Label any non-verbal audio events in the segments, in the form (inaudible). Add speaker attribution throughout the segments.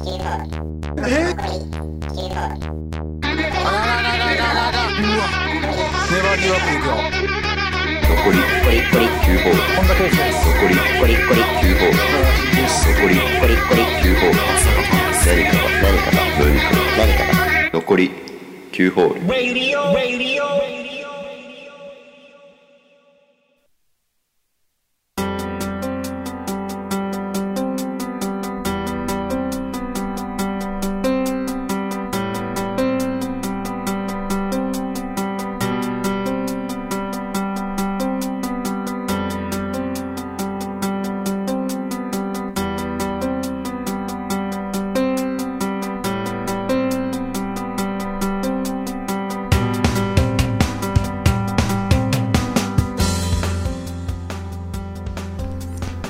Speaker 1: えあらららららららうわ粘りよくいくよ
Speaker 2: 残り9ホール
Speaker 1: こんなペースです
Speaker 2: 残り9ホール残り9ホール何かが何かが何かが何かが残り9ホール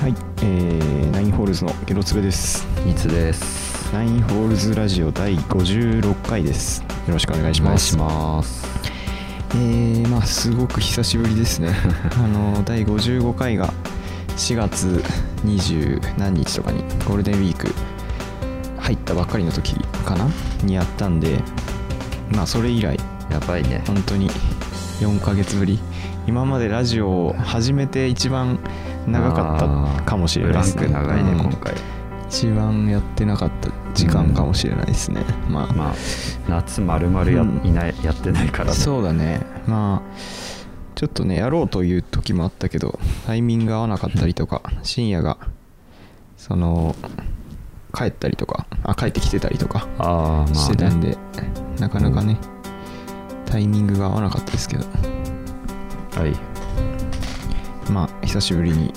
Speaker 3: はい、えー、ナインホールズのゲロツベです。
Speaker 4: いつです
Speaker 3: ナインホールズラジオ第56回です。よろしくお願いし
Speaker 4: お願
Speaker 3: ま
Speaker 4: い
Speaker 3: す。
Speaker 4: します
Speaker 3: えー、まあすごく久しぶりですね。 (laughs) あの第55回が4月20何日とかにゴールデンウィーク入ったばっかりの時かなにやったんで、まあそれ以来
Speaker 4: やばいね
Speaker 3: 本当に4ヶ月ぶり。今までラジオを始めて一番長かったかもしれないですね。
Speaker 4: ブランク長いね、
Speaker 3: うん
Speaker 4: 今回
Speaker 3: 一番やってなかった時間かもしれないですね、まあ、
Speaker 4: まあ夏まるまるや,、
Speaker 3: うん
Speaker 4: いないやってないからね
Speaker 3: そうだねまあちょっとねやろうという時もあったけどタイミングが合わなかったりとか深夜がその帰ったりとかあ帰ってきてたりとか
Speaker 4: ああまあ、ね、
Speaker 3: してたんで、なかなかね、タイミングが合わなかったですけど
Speaker 4: はい
Speaker 3: まあ久しぶりに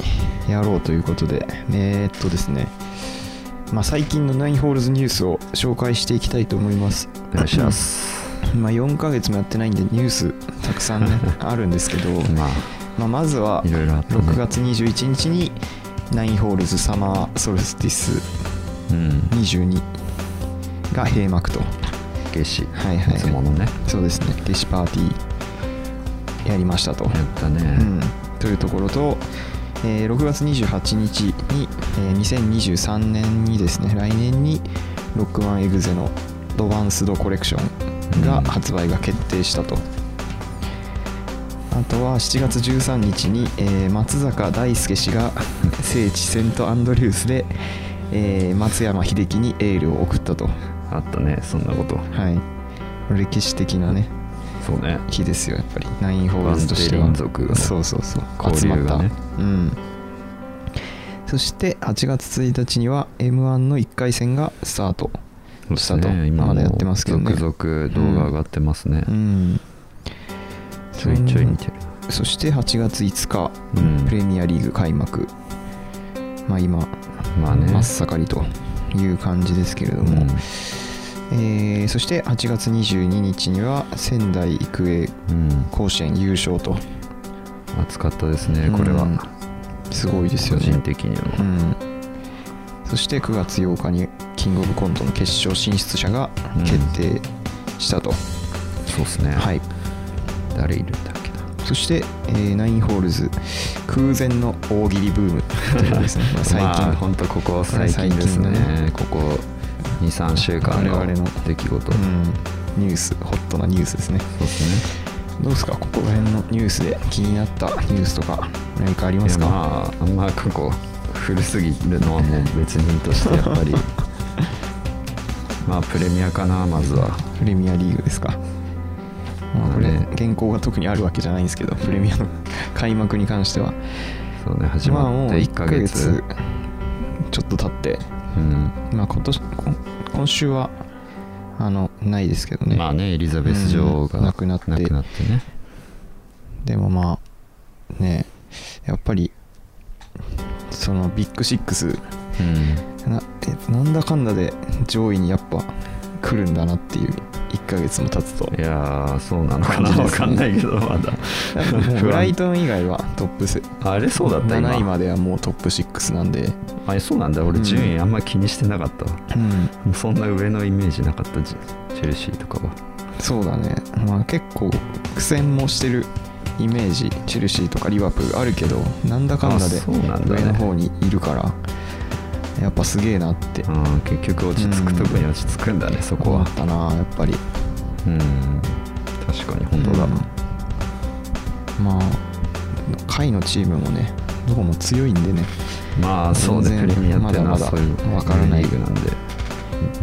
Speaker 3: やろうということでえー、っとですねまあ最近のナインホールズニュースを紹介していきたいと思います
Speaker 4: お願いします
Speaker 3: (laughs) まあ、4ヶ月もやってないんでニュースたく
Speaker 4: (laughs)
Speaker 3: さんねあるんですけど、
Speaker 4: ま
Speaker 3: まあ、まずは
Speaker 4: あいろいろあったね
Speaker 3: 6月21日にナインホールズサマーソルスティス
Speaker 4: うん
Speaker 3: 22が閉幕と
Speaker 4: 夏至
Speaker 3: はいはい
Speaker 4: いつものね
Speaker 3: そうですね夏至パーティーやりましたと、
Speaker 4: やったね、
Speaker 3: うん、というところと、えー6月28日に、えー2023年にですね来年にロックマンエグゼのアドバンスドコレクションが
Speaker 4: うん
Speaker 3: 発売が決定したと、あとは7月13日に、えー松坂大輔氏
Speaker 4: (laughs)
Speaker 3: が聖地セントアンドリュースで、えー松山英樹にエールを送ったと、
Speaker 4: あったねそんなこと
Speaker 3: はい、歴史的なね
Speaker 4: そうね
Speaker 3: 日ですよやっぱりナインホールズとしては
Speaker 4: ワンデー連続の
Speaker 3: そうそうそう集
Speaker 4: 交
Speaker 3: まっ
Speaker 4: 流
Speaker 3: た、
Speaker 4: がね
Speaker 3: うんそして8月1日には m 1の1回戦がスタートしたと、
Speaker 4: そうですね
Speaker 3: まだやってますけどね
Speaker 4: 続々動画上がってますね、
Speaker 3: うん
Speaker 4: ちょいちょい見てる
Speaker 3: そして8月5日、
Speaker 4: うん
Speaker 3: プレミアリーグ開幕まあ今、
Speaker 4: まあね
Speaker 3: 真っ盛りという感じですけれども、えーそして8月22日には仙台育英
Speaker 4: うん、うん
Speaker 3: 甲子園優勝と
Speaker 4: 暑かったですねこれは、
Speaker 3: うんすごいですよ
Speaker 4: 個人
Speaker 3: ね、
Speaker 4: 的には、
Speaker 3: うん、そして9月8日にキングオブコントの決勝進出者が決定したと、
Speaker 4: そうですね、
Speaker 3: はい
Speaker 4: 誰いるんだっけな
Speaker 3: そして、えーナインホールズ空前の大喜利ブームというですねまあ最近、
Speaker 4: (laughs) まあ、本当ここ最近ですね
Speaker 3: 最近だね
Speaker 4: ここ23週間の
Speaker 3: 我々の
Speaker 4: 出来事そう
Speaker 3: うん、ニュースホットなニュースですね
Speaker 4: ですね
Speaker 3: どうですかここら辺のニュースで気になったニュースとか何かありま
Speaker 4: いや
Speaker 3: すか、
Speaker 4: まああんま過去古すぎるのはもう別にいいとしてやっ
Speaker 3: (laughs)
Speaker 4: ぱりまあプレミアかなまずは
Speaker 3: プレミアリーグですか、まあ、こ
Speaker 4: まあ
Speaker 3: れ
Speaker 4: ね
Speaker 3: 原稿が特にあるわけじゃないんですけどプレミアの開幕に関しては
Speaker 4: そうね始
Speaker 3: まあ
Speaker 4: ま
Speaker 3: も
Speaker 4: っ
Speaker 3: う
Speaker 4: て
Speaker 3: 1
Speaker 4: 1
Speaker 3: ヶ
Speaker 4: ヶ月,、
Speaker 3: 月ちょっと経って
Speaker 4: うん
Speaker 3: まあ今年こん今週はあのないですけどね、
Speaker 4: まあねエリザベス女王が
Speaker 3: うん亡くなって
Speaker 4: 亡くなってね
Speaker 3: でもまあねやっぱりそのビッグシックス
Speaker 4: うん
Speaker 3: なえなんだかんだで上位にやっぱ来るんだなっていう1ヶ月も経つと
Speaker 4: いやーそうなのかな
Speaker 3: 感じ
Speaker 4: わ
Speaker 3: ですね
Speaker 4: かんないけどまだ
Speaker 3: やっぱもう
Speaker 4: (laughs) 不安
Speaker 3: ブライトン以外はトップセ
Speaker 4: あれそうだった
Speaker 3: 7位
Speaker 4: 今
Speaker 3: まではもうトップ6なんで、
Speaker 4: あそうなんだ俺
Speaker 3: うん
Speaker 4: 順位あんま気にしてなかったわ、
Speaker 3: うん、
Speaker 4: そんな上のイメージなかったチチェルシーとかは
Speaker 3: そうだね、まあ、結構苦戦もしてるイメージチェルシーとかリバプールあるけどなんだかんだ
Speaker 4: あ
Speaker 3: で
Speaker 4: そうなんだ
Speaker 3: 上
Speaker 4: ね
Speaker 3: の方にいるからやっぱすげえなって
Speaker 4: うん、結局落ち着くとこに落ち着くんだね、そこ
Speaker 3: 思
Speaker 4: は
Speaker 3: ったなやっぱり
Speaker 4: うん確かに本当だ、
Speaker 3: うんまあ下位のチームもねどこも強いんでね
Speaker 4: まあそうねプ
Speaker 3: 全
Speaker 4: レ
Speaker 3: 然
Speaker 4: ミアっていうの
Speaker 3: ま
Speaker 4: は
Speaker 3: だまだ
Speaker 4: そういう
Speaker 3: わからない
Speaker 4: リーグなんで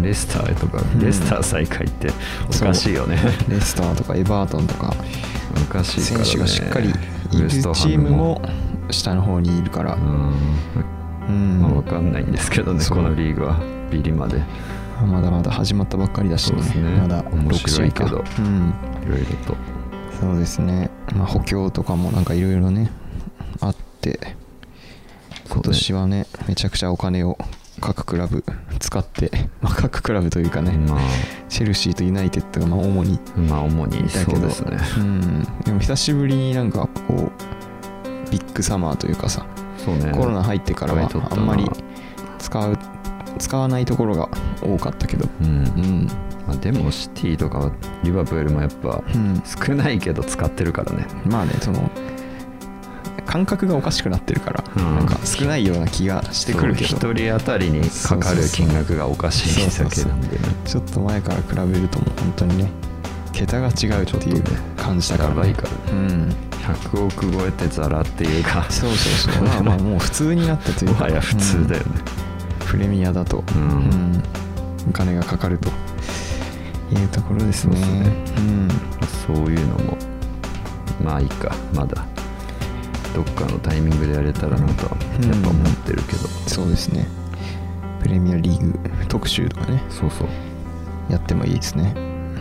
Speaker 4: レスターとか、
Speaker 3: うん
Speaker 4: レスター最下位っておかしいよね
Speaker 3: そうレスターとかエバートンとか
Speaker 4: おかしいか
Speaker 3: 選
Speaker 4: ら、ね、
Speaker 3: 手がしっかりいる
Speaker 4: ウエ
Speaker 3: チ
Speaker 4: ストハ
Speaker 3: ー
Speaker 4: ム
Speaker 3: ムも下の方にいるからう
Speaker 4: うん
Speaker 3: ん
Speaker 4: まあわかんないんですけどね
Speaker 3: そう
Speaker 4: このリーグはビリまでい
Speaker 3: まだまだ始まったばっかりだしね
Speaker 4: そうですね
Speaker 3: まだ
Speaker 4: 面
Speaker 3: 6試
Speaker 4: 白い
Speaker 3: 合
Speaker 4: け
Speaker 3: か
Speaker 4: ど
Speaker 3: うん
Speaker 4: ろいろと
Speaker 3: そうですね、まあ、補強とかもなんかいろいろねあって今年はねめちゃくちゃお金を各クラブ使って、 (laughs) まあ、各クラブというかね、
Speaker 4: まあ
Speaker 3: チェルシーとユナイテッドがまあ主に
Speaker 4: まあ主に
Speaker 3: だ
Speaker 4: そ
Speaker 3: け
Speaker 4: う
Speaker 3: ど
Speaker 4: ですね
Speaker 3: うん、でも久しぶりになんかこうビッグサマーというかさ、
Speaker 4: そうね
Speaker 3: コロナ入ってから
Speaker 4: 買
Speaker 3: はい
Speaker 4: 取った
Speaker 3: あ
Speaker 4: なん
Speaker 3: まり使う使わないところが多かったけど
Speaker 4: うん
Speaker 3: うん、
Speaker 4: まあ、でもシティとかリバプールもやっぱ (laughs)
Speaker 3: うん、
Speaker 4: 少ないけど使ってるからね
Speaker 3: まあねその感覚がおかしくなってるから、
Speaker 4: うん
Speaker 3: なんか少ないような気がしてくるけど
Speaker 4: そう一人当たりにかかる金額がおかしいだけなんでね
Speaker 3: ちょっと前から比べるともう本当にね桁が違うっていう感じだ
Speaker 4: や
Speaker 3: から、
Speaker 4: ばいから
Speaker 3: うん
Speaker 4: 100億超えてザラっていうか
Speaker 3: そうそう
Speaker 4: (laughs)
Speaker 3: そうまあまあもう普通になったという
Speaker 4: も (laughs)
Speaker 3: か
Speaker 4: はや普通だよね、
Speaker 3: プレミアだと、
Speaker 4: うん
Speaker 3: うんお金がかかるというところですね
Speaker 4: そうですね
Speaker 3: うん、
Speaker 4: そういうのもまあいいかまだどっかのタイミングでやれたらなとはやっぱ思ってるけど、
Speaker 3: そうですねプレミアリーグ特集とかね
Speaker 4: そうそう
Speaker 3: やってもいいですね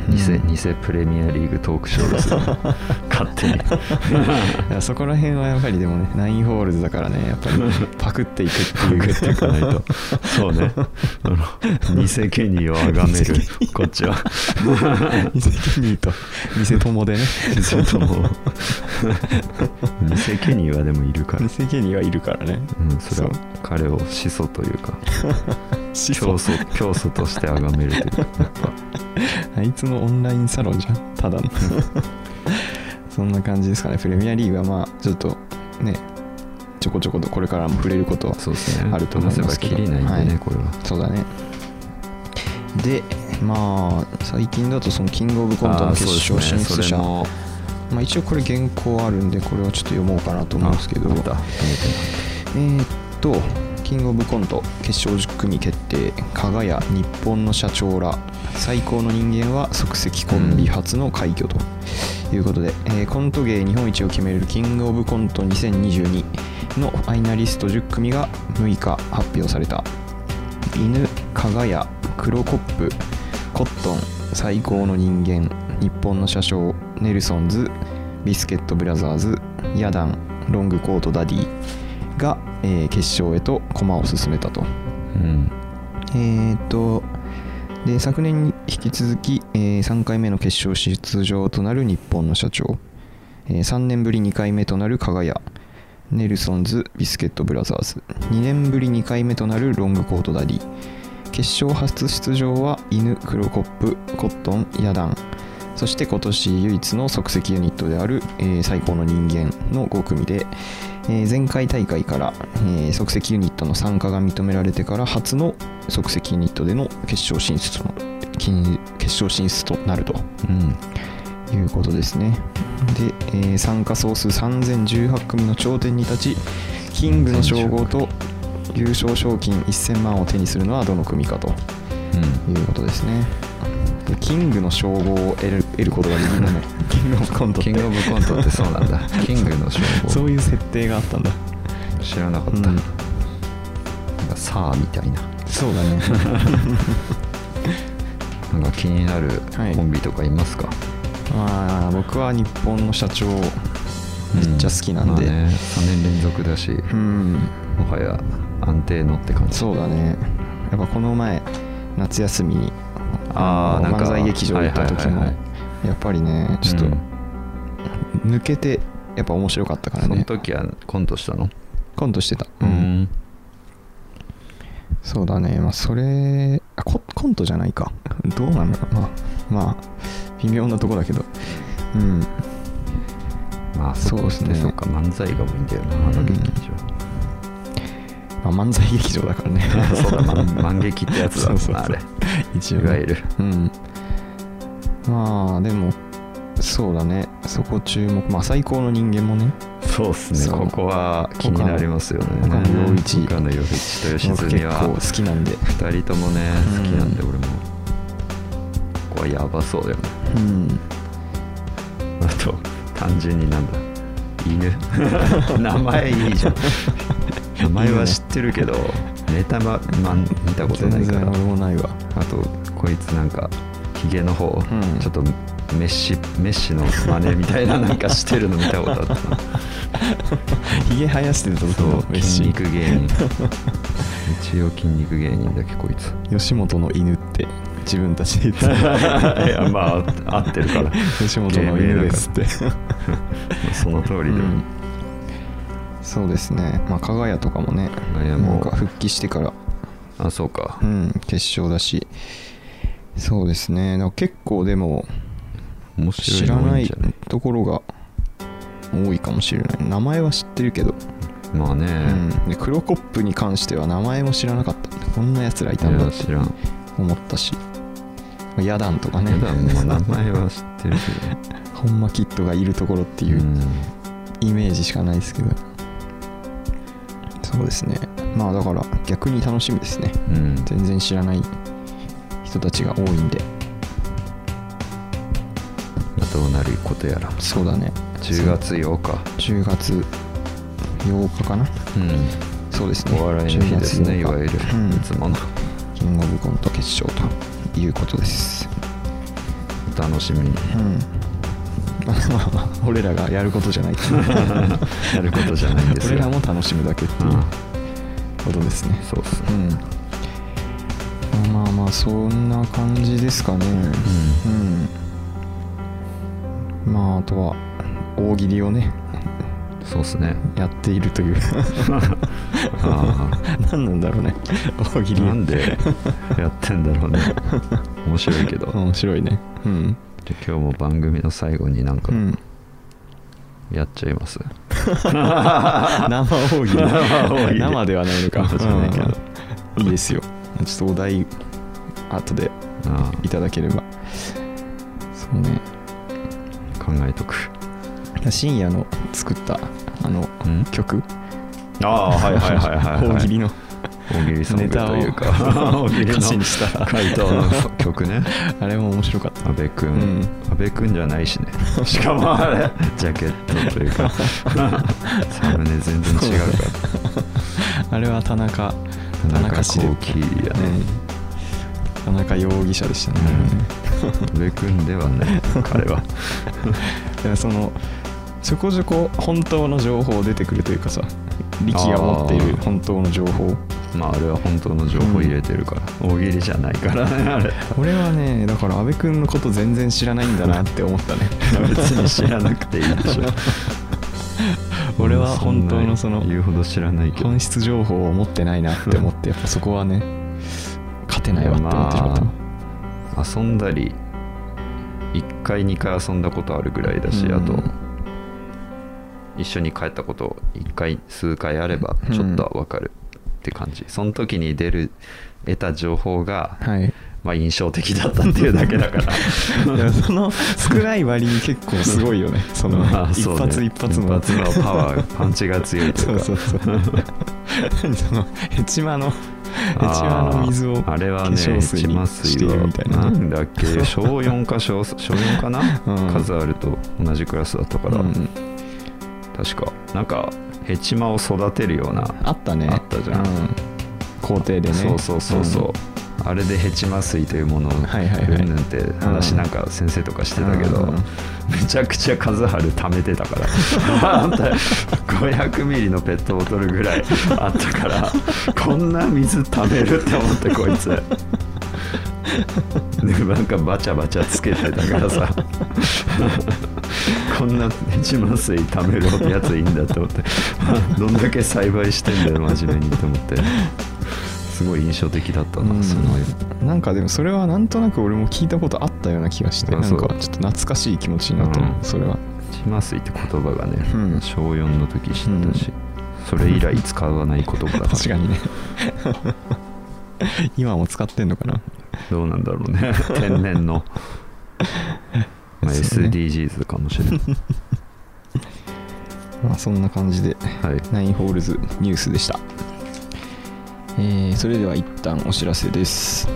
Speaker 4: 偽,、
Speaker 3: うん
Speaker 4: 偽プレミアリーグトークショーです
Speaker 3: (laughs)
Speaker 4: よ、ね、勝手に
Speaker 3: いやそこら辺はやっぱりでもねナインホールズだからねやっぱりパクっていくっていう
Speaker 4: グっていかない
Speaker 3: (laughs)
Speaker 4: とそうねあの偽ケニーをあがめるこっちは
Speaker 3: 偽ケニーと偽友
Speaker 4: (laughs)
Speaker 3: でね
Speaker 4: そうともう偽ケニーはでもいるから、
Speaker 3: 偽ケニーはいるからね
Speaker 4: うん、それは
Speaker 3: そう
Speaker 4: 彼を始祖というか
Speaker 3: 始
Speaker 4: 教
Speaker 3: 祖
Speaker 4: 祖教祖として崇める
Speaker 3: (laughs)
Speaker 4: というかやっぱ
Speaker 3: あいつのオンラインサロンじゃんただのそんな感じですかねプレミアリーグはまあちょっとねちょこちょことこれからも触れることは
Speaker 4: そうですね
Speaker 3: あると思いますけど
Speaker 4: 話せばきりないんでね、
Speaker 3: はい
Speaker 4: これは
Speaker 3: そうだねでまあ最近だとそのキングオブコントの決勝進出者、
Speaker 4: あー
Speaker 3: まあ、一応これ原稿あるんでこれをちょっと読もうかなと
Speaker 4: そうですねそれも
Speaker 3: 思うんですけど
Speaker 4: ああった
Speaker 3: えーっとキングオブコント決勝10組決定加賀屋日本の社長ら最高の人間は即席コンビ初の快挙ということで、えーコント芸日本一を決めるキングオブコント2022のファイナリスト10組が6日発表された犬加賀屋黒コップコットン最高の人間日本の車掌ネルソンズビスケットブラザーズヤダンロングコートダディが、えー決勝へと駒を進めたと
Speaker 4: うん
Speaker 3: えーっとで昨年に引き続き、え3回目の決勝出場となる日本の社長、え3年ぶり2回目となる加賀屋ネルソンズビスケットブラザーズ2年ぶり2回目となるロングコートダディ決勝初出場は犬黒コップコットンヤダンそして今年唯一の即席ユニットである、えー最高の人間の5組で、えー前回大会から、えー即席ユニットの参加が認められてから初の即席ユニットでの決勝進出の金決勝進出となると
Speaker 4: うん
Speaker 3: いうことですねで、えー参加総数3018組の頂点に立ちキングの称号と優勝賞金1000万を手にするのはどの組かと
Speaker 4: うん
Speaker 3: いうことですねでキングの称号を得る得ることができるのね (laughs) キングオブコントっ
Speaker 4: キングオ
Speaker 3: て
Speaker 4: ブコントってそう
Speaker 3: (laughs)
Speaker 4: なんだキングの称
Speaker 3: そ
Speaker 4: 号
Speaker 3: ういう設定があったんだ
Speaker 4: 知らなかった、
Speaker 3: うん
Speaker 4: なんかさあみたいな
Speaker 3: そうだね
Speaker 4: なんか気になる
Speaker 3: はい
Speaker 4: コンビとかいますか、
Speaker 3: まあ僕は日本の社長めっちゃ好きなんで、
Speaker 4: まあね、3年連続だし
Speaker 3: うん
Speaker 4: もはや安定のって感じ
Speaker 3: そうだねやっぱこの前夏休みに
Speaker 4: あー
Speaker 3: の
Speaker 4: なんか
Speaker 3: 漫才劇場行った時も
Speaker 4: はいはいはい
Speaker 3: やっぱりねちょっと
Speaker 4: うん
Speaker 3: 抜けてやっぱ面白かったから
Speaker 4: その
Speaker 3: ね
Speaker 4: 時はコントしたの
Speaker 3: コントしてた、そうだねまあそれあココントじゃないかどうなんだろうまあまあ微妙なとこだけどうん
Speaker 4: まあそう
Speaker 3: そう
Speaker 4: で
Speaker 3: ですすね
Speaker 4: ね
Speaker 3: (laughs)
Speaker 4: そうか漫才が多いんだよなあの劇場、
Speaker 3: まあ、漫才劇場だからね
Speaker 4: (laughs) そうだ万万劇ってやつだもんな
Speaker 3: そうそうそう
Speaker 4: あれ
Speaker 3: (laughs) 一応
Speaker 4: い
Speaker 3: ね
Speaker 4: わゆる
Speaker 3: うんまあでもそうだねそこ注目まあ最高の人間もね
Speaker 4: そうっすね
Speaker 3: そう
Speaker 4: ここは気になりますよね
Speaker 3: 岡野陽一
Speaker 4: 岡野陽一と吉
Speaker 3: 僕結
Speaker 4: 住は
Speaker 3: 構好きなんで
Speaker 4: 2人ともね好きなんで
Speaker 3: う
Speaker 4: 俺もここはやばそうだよね
Speaker 3: うん
Speaker 4: あと単純になんだ (laughs) 犬名前いい (laughs) じゃん名前は知ってるけどネタま、ま、見たことないか
Speaker 3: 全然
Speaker 4: ら
Speaker 3: 俺もないわ
Speaker 4: あとこいつなんかひげの方、
Speaker 3: うん
Speaker 4: ちょっとメッシメッシの真似みたいななんかしてるの見たことあったな
Speaker 3: ひげ生やしてると
Speaker 4: そう
Speaker 3: 嬉
Speaker 4: 筋
Speaker 3: しい
Speaker 4: 肉芸 (laughs) 人一応筋肉芸人だっけこいつ
Speaker 3: 吉本の犬って自分たちで言ってた
Speaker 4: (laughs) いやまあ合ってるから
Speaker 3: 吉本の犬ですって
Speaker 4: その通りで、
Speaker 3: うんそうですねまあ加賀谷とかもね
Speaker 4: 賀谷
Speaker 3: な
Speaker 4: も
Speaker 3: んか復帰してから
Speaker 4: あそうか
Speaker 3: うん決勝だしそうですねだから結構でも
Speaker 4: 面白
Speaker 3: 知
Speaker 4: い
Speaker 3: ら
Speaker 4: の多
Speaker 3: ない
Speaker 4: ん
Speaker 3: い
Speaker 4: じゃない
Speaker 3: ところが多いかもしれない名前は知ってるけど、
Speaker 4: まあね、
Speaker 3: うん、でクロコップに関しては名前も知らなかったこんなやつらいたん
Speaker 4: い
Speaker 3: だ
Speaker 4: や
Speaker 3: って
Speaker 4: 知らん
Speaker 3: 思ったしヤダンとかね
Speaker 4: 普段も名前は知ってるけど
Speaker 3: (laughs) ほんまキットがいるところって (laughs) いううんイメージしかないですけど、そうですねまあだから逆に楽しみですね
Speaker 4: うん
Speaker 3: 全然知らない人たちが多いんで
Speaker 4: どうなることやら
Speaker 3: そうだね
Speaker 4: 10月8日
Speaker 3: 10月8日かな
Speaker 4: うん
Speaker 3: そうですね
Speaker 4: お笑いの日ですね
Speaker 3: 10
Speaker 4: い
Speaker 3: 月8
Speaker 4: わゆる、
Speaker 3: うん
Speaker 4: いつもの
Speaker 3: キングオブコント決勝ということです
Speaker 4: お楽しみに
Speaker 3: うんまあまあまあ俺らがやることじゃない
Speaker 4: (laughs)
Speaker 3: (laughs)
Speaker 4: やることじゃないんです
Speaker 3: 俺
Speaker 4: が
Speaker 3: らも楽しむだけって
Speaker 4: う
Speaker 3: いう
Speaker 4: ん
Speaker 3: ことですね
Speaker 4: そうっす
Speaker 3: う
Speaker 4: ね
Speaker 3: んまあまあそんな感じですかねうんまああとは大喜利をね
Speaker 4: そうっす
Speaker 3: (laughs)
Speaker 4: ね
Speaker 3: やっているという
Speaker 4: あ
Speaker 3: 何なんだろうね大喜
Speaker 4: あ
Speaker 3: 利
Speaker 4: なんで (laughs) やってんだろうね面白いけど、じゃ
Speaker 3: 面白いねうん
Speaker 4: あ今日も番組の最後になんか
Speaker 3: うん
Speaker 4: やっちゃいます、
Speaker 3: (laughs) 生大喜利
Speaker 4: 生大喜利
Speaker 3: 生ではないのか
Speaker 4: 生じゃないけど
Speaker 3: うんいいですよちょっとお題後で
Speaker 4: あ
Speaker 3: いただければそうね
Speaker 4: あ考えとく
Speaker 3: 深夜の作ったあの
Speaker 4: うん
Speaker 3: 曲
Speaker 4: ああはいはいはいはい、はい、
Speaker 3: 大喜利の
Speaker 4: 大喜利ソングという
Speaker 3: ネタ
Speaker 4: か
Speaker 3: を
Speaker 4: (laughs) 大喜利
Speaker 3: 歌詞に
Speaker 4: の
Speaker 3: した
Speaker 4: (laughs) 回答の曲ね
Speaker 3: あれも面白かった
Speaker 4: 阿部君、
Speaker 3: うん
Speaker 4: 阿部君じゃないしねしかもあれジャケットという (laughs) かサムネ全然違うか
Speaker 3: あれは田中
Speaker 4: ら
Speaker 3: 田
Speaker 4: なん
Speaker 3: 中
Speaker 4: か
Speaker 3: 氏で
Speaker 4: 高貴やね
Speaker 3: うん田中容疑者でしたね、
Speaker 4: 阿部君ではね彼は
Speaker 3: いやそのちょこちょこ本当の情報出てくるというかさ力が持っている
Speaker 4: あー
Speaker 3: 本当の情報
Speaker 4: まああれは本当の情報入れてるから、大喜利じゃないからねあれ
Speaker 3: 俺はねだから阿部君のこと全然知らないんだなって思った (laughs) ね
Speaker 4: 別に知らなくていいでしょ
Speaker 3: 俺は本当のそ
Speaker 4: ん
Speaker 3: の
Speaker 4: な言うほど知らないけど
Speaker 3: 本質情報を持ってないなって思ってやっぱそこはね勝てないわって思ってしまった、
Speaker 4: まあ遊んだり1回2回遊んだことあるぐらいだし、
Speaker 3: うん
Speaker 4: あと一緒に帰ったこと1回数回あれば
Speaker 3: うん
Speaker 4: ちょっとは分かるって感じ、その時に出る得た情報が、
Speaker 3: はい
Speaker 4: まあ、印象的だったっていうだけだ
Speaker 3: (laughs)
Speaker 4: から
Speaker 3: いやその少ない割に結構すごいよね (laughs) その
Speaker 4: まあ
Speaker 3: 一
Speaker 4: そうね
Speaker 3: 発一発の
Speaker 4: 一発のパワーパンチが強いと
Speaker 3: (laughs) そ
Speaker 4: いう
Speaker 3: う
Speaker 4: か
Speaker 3: そうそう (laughs) 何そのヘチマのヘ (laughs) チマの水を
Speaker 4: あーあれはね
Speaker 3: 化粧水に
Speaker 4: ヘチマ水
Speaker 3: しているみたいな
Speaker 4: はんだっ
Speaker 3: (laughs)
Speaker 4: け小4か小小4かな、
Speaker 3: うん
Speaker 4: 数あると同じクラスだったから、
Speaker 3: うん
Speaker 4: 確かなんかヘチマを育てるような、
Speaker 3: あったね
Speaker 4: あったじゃん
Speaker 3: う校庭でね
Speaker 4: そうそうそうそう、あれでヘチマ水というものをうん
Speaker 3: はいはいはい
Speaker 4: ぬんって話なんか先生とかしてたけど、
Speaker 3: うん
Speaker 4: めちゃくちゃ数ある貯めてたから (laughs) あんた500ミリのペットボトルぐらいあったからこんな水貯めるって思ってこいつ。でなんかバチャバチャつけてたからさ (laughs) こんなヘチマ水貯めるやついいんだと思って (laughs) どんだけ栽培してんだよ真面目にと思ってすごい印象的だったな、
Speaker 3: うん
Speaker 4: その
Speaker 3: うんなんかでもそれはなんとなく俺も聞いたことあったような気がしてなん
Speaker 4: あ
Speaker 3: かち
Speaker 4: そ
Speaker 3: ょ
Speaker 4: う
Speaker 3: っと懐かしい気持ちになった
Speaker 4: うん
Speaker 3: それは
Speaker 4: ヘチマ水って言葉がね、
Speaker 3: うん
Speaker 4: 小4の時知ったし、それ以来使わない言葉だから
Speaker 3: 確かにね (laughs) 今も使ってんのかな
Speaker 4: どうなんだろ
Speaker 3: (laughs)
Speaker 4: うね天然の、まあ、
Speaker 3: そうね
Speaker 4: SDGs かもしれない、
Speaker 3: まあそんな感じで
Speaker 4: はい
Speaker 3: ナインホールズニュースでした、えーそれでは一旦お知らせです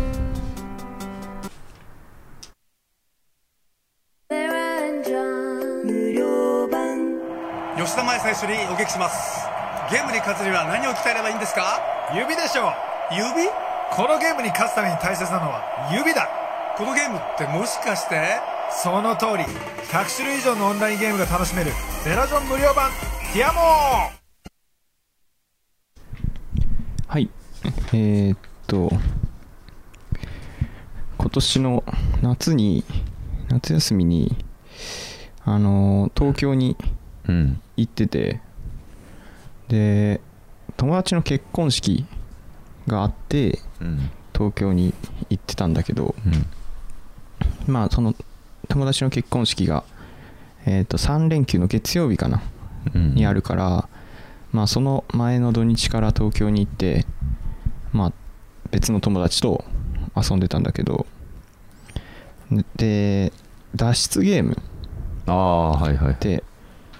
Speaker 5: and John 無料版
Speaker 6: 吉田麻也選手にお聞きしますゲームに勝つには何を鍛えればいいんですか指でしょう指このゲームに勝つために大切なのは指だこのゲームってもしかしてその通り100種類以上のオンラインゲームが楽しめるゼラジョン無料版ディアモー
Speaker 3: はいえーっと今年の夏に夏休みにあのー東京に
Speaker 4: うん
Speaker 3: 行っててで友達の結婚式があって
Speaker 4: うん
Speaker 3: 東京に行ってたんだけど
Speaker 4: うん
Speaker 3: まあその友達の結婚式が、えー、と3連休の月曜日かな
Speaker 4: うん
Speaker 3: にあるから、まあ、その前の土日から東京に行って、まあ、別の友達と遊んでたんだけどで脱出ゲーム
Speaker 4: ああはいはい
Speaker 3: って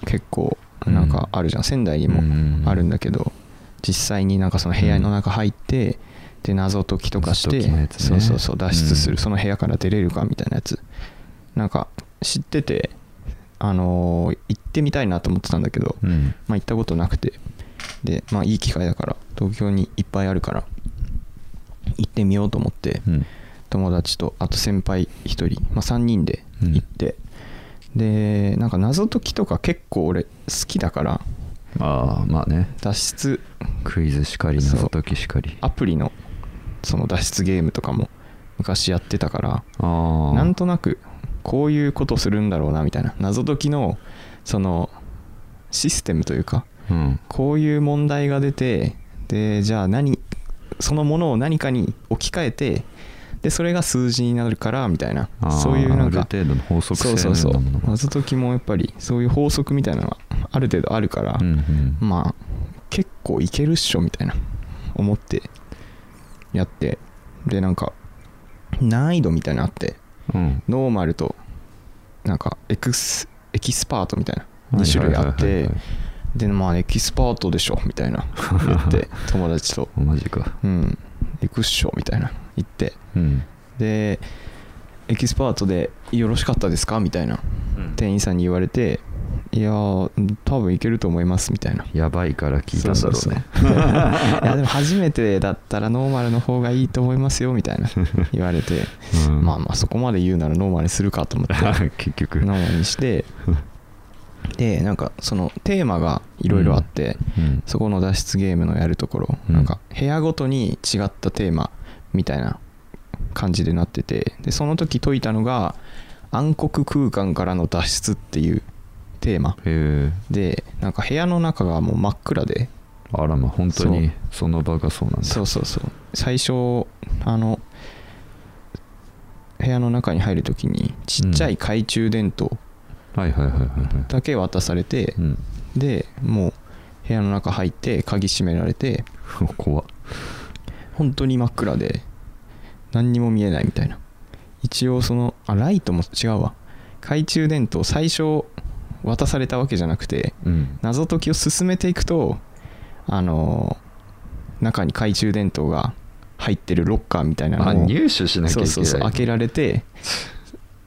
Speaker 3: 結構なんかあるじゃん、仙台にもあるんだけど、実際になんかその部屋の中入って、で謎解きとかして、
Speaker 4: 謎解きのやつね
Speaker 3: そうそうそう脱出する、
Speaker 4: うん
Speaker 3: その部屋から出れるかみたいなやつなんか知っててあのー行ってみたいなと思ってたんだけど、
Speaker 4: うん
Speaker 3: まあ、行ったことなくてでまあいい機会だから東京にいっぱいあるから行ってみようと思って、
Speaker 4: うん
Speaker 3: 友達とあと先輩1人、まあ、3人で行って、でなんか謎解きとか結構俺好きだから
Speaker 4: ああまあね
Speaker 3: 脱出
Speaker 4: クイズしかり
Speaker 3: そう
Speaker 4: 謎解きしかり
Speaker 3: アプリのその脱出ゲームとかも昔やってたから
Speaker 4: ああ
Speaker 3: なんとなくこういうことするんだろうなみたいな謎解きのそのシステムというか
Speaker 4: うん
Speaker 3: こういう問題が出てでじゃあ何そのものを何かに置き換えてでそれが数字になるからみたいな
Speaker 4: あー
Speaker 3: そういうなんか
Speaker 4: ある程度の法則性の
Speaker 3: そうそうそ
Speaker 4: よう
Speaker 3: う
Speaker 4: なものが
Speaker 3: 謎解きもやっぱりそういう法則みたいなのがある程度あるから、
Speaker 4: うんうん
Speaker 3: まあ結構いけるっしょみたいな思ってやってでなんか難易度みたいなのあって
Speaker 4: うん
Speaker 3: ノーマルとなんかエクスエキスパートみたいな
Speaker 4: はい
Speaker 3: 2種類あっ
Speaker 4: はいはい
Speaker 3: て
Speaker 4: はい
Speaker 3: でまあエキスパートでしょみたいな言
Speaker 4: (laughs)
Speaker 3: って友達と
Speaker 4: マジか
Speaker 3: うん行くっしょみたいな言って
Speaker 4: うん
Speaker 3: でエキスパートでよろしかったですかみたいな店員さんに言われていやー多分いけると思いますみたいな
Speaker 4: やばいから聞いたんだろうね
Speaker 3: そうそうそう (laughs) いやでも初めてだったらノーマルの方がいいと思いますよみたい
Speaker 4: (laughs)
Speaker 3: な言われて、
Speaker 4: うん
Speaker 3: まあまあそこまで言うならノーマルにするかと
Speaker 4: (laughs)
Speaker 3: 思って
Speaker 4: 結局
Speaker 3: ノーマルにしてでなんかそのテーマがいろいろあって、
Speaker 4: うん
Speaker 3: そこの脱出ゲームのやるところ、
Speaker 4: うん
Speaker 3: なんか部屋ごとに違ったテーマみたいな感じでなっててでその時解いたのが暗黒空間からの脱出っていうテーマ
Speaker 4: へえ
Speaker 3: でなんか部屋の中がもう真っ暗で
Speaker 4: あらまあ本当にその場がそうなんだ
Speaker 3: そうそうそう最初あの部屋の中に入る時にちっちゃい懐中電灯
Speaker 4: はいはいはいはいはい
Speaker 3: だけ渡されて
Speaker 4: う、ん (laughs)
Speaker 3: でもう部屋の中入って鍵閉められて
Speaker 4: 怖っ
Speaker 3: 本当に真っ暗で何にも見えないみたいな一応そのあライトも違うわ懐中電灯最初渡されたわけじゃなくて
Speaker 4: うん
Speaker 3: 謎解きを進めていくとあのー中に懐中電灯が入ってるロッカーみたいな
Speaker 4: あ
Speaker 3: のを
Speaker 4: 入手しなき
Speaker 3: そ
Speaker 4: ゃいけな
Speaker 3: う
Speaker 4: い
Speaker 3: そうそう開けられて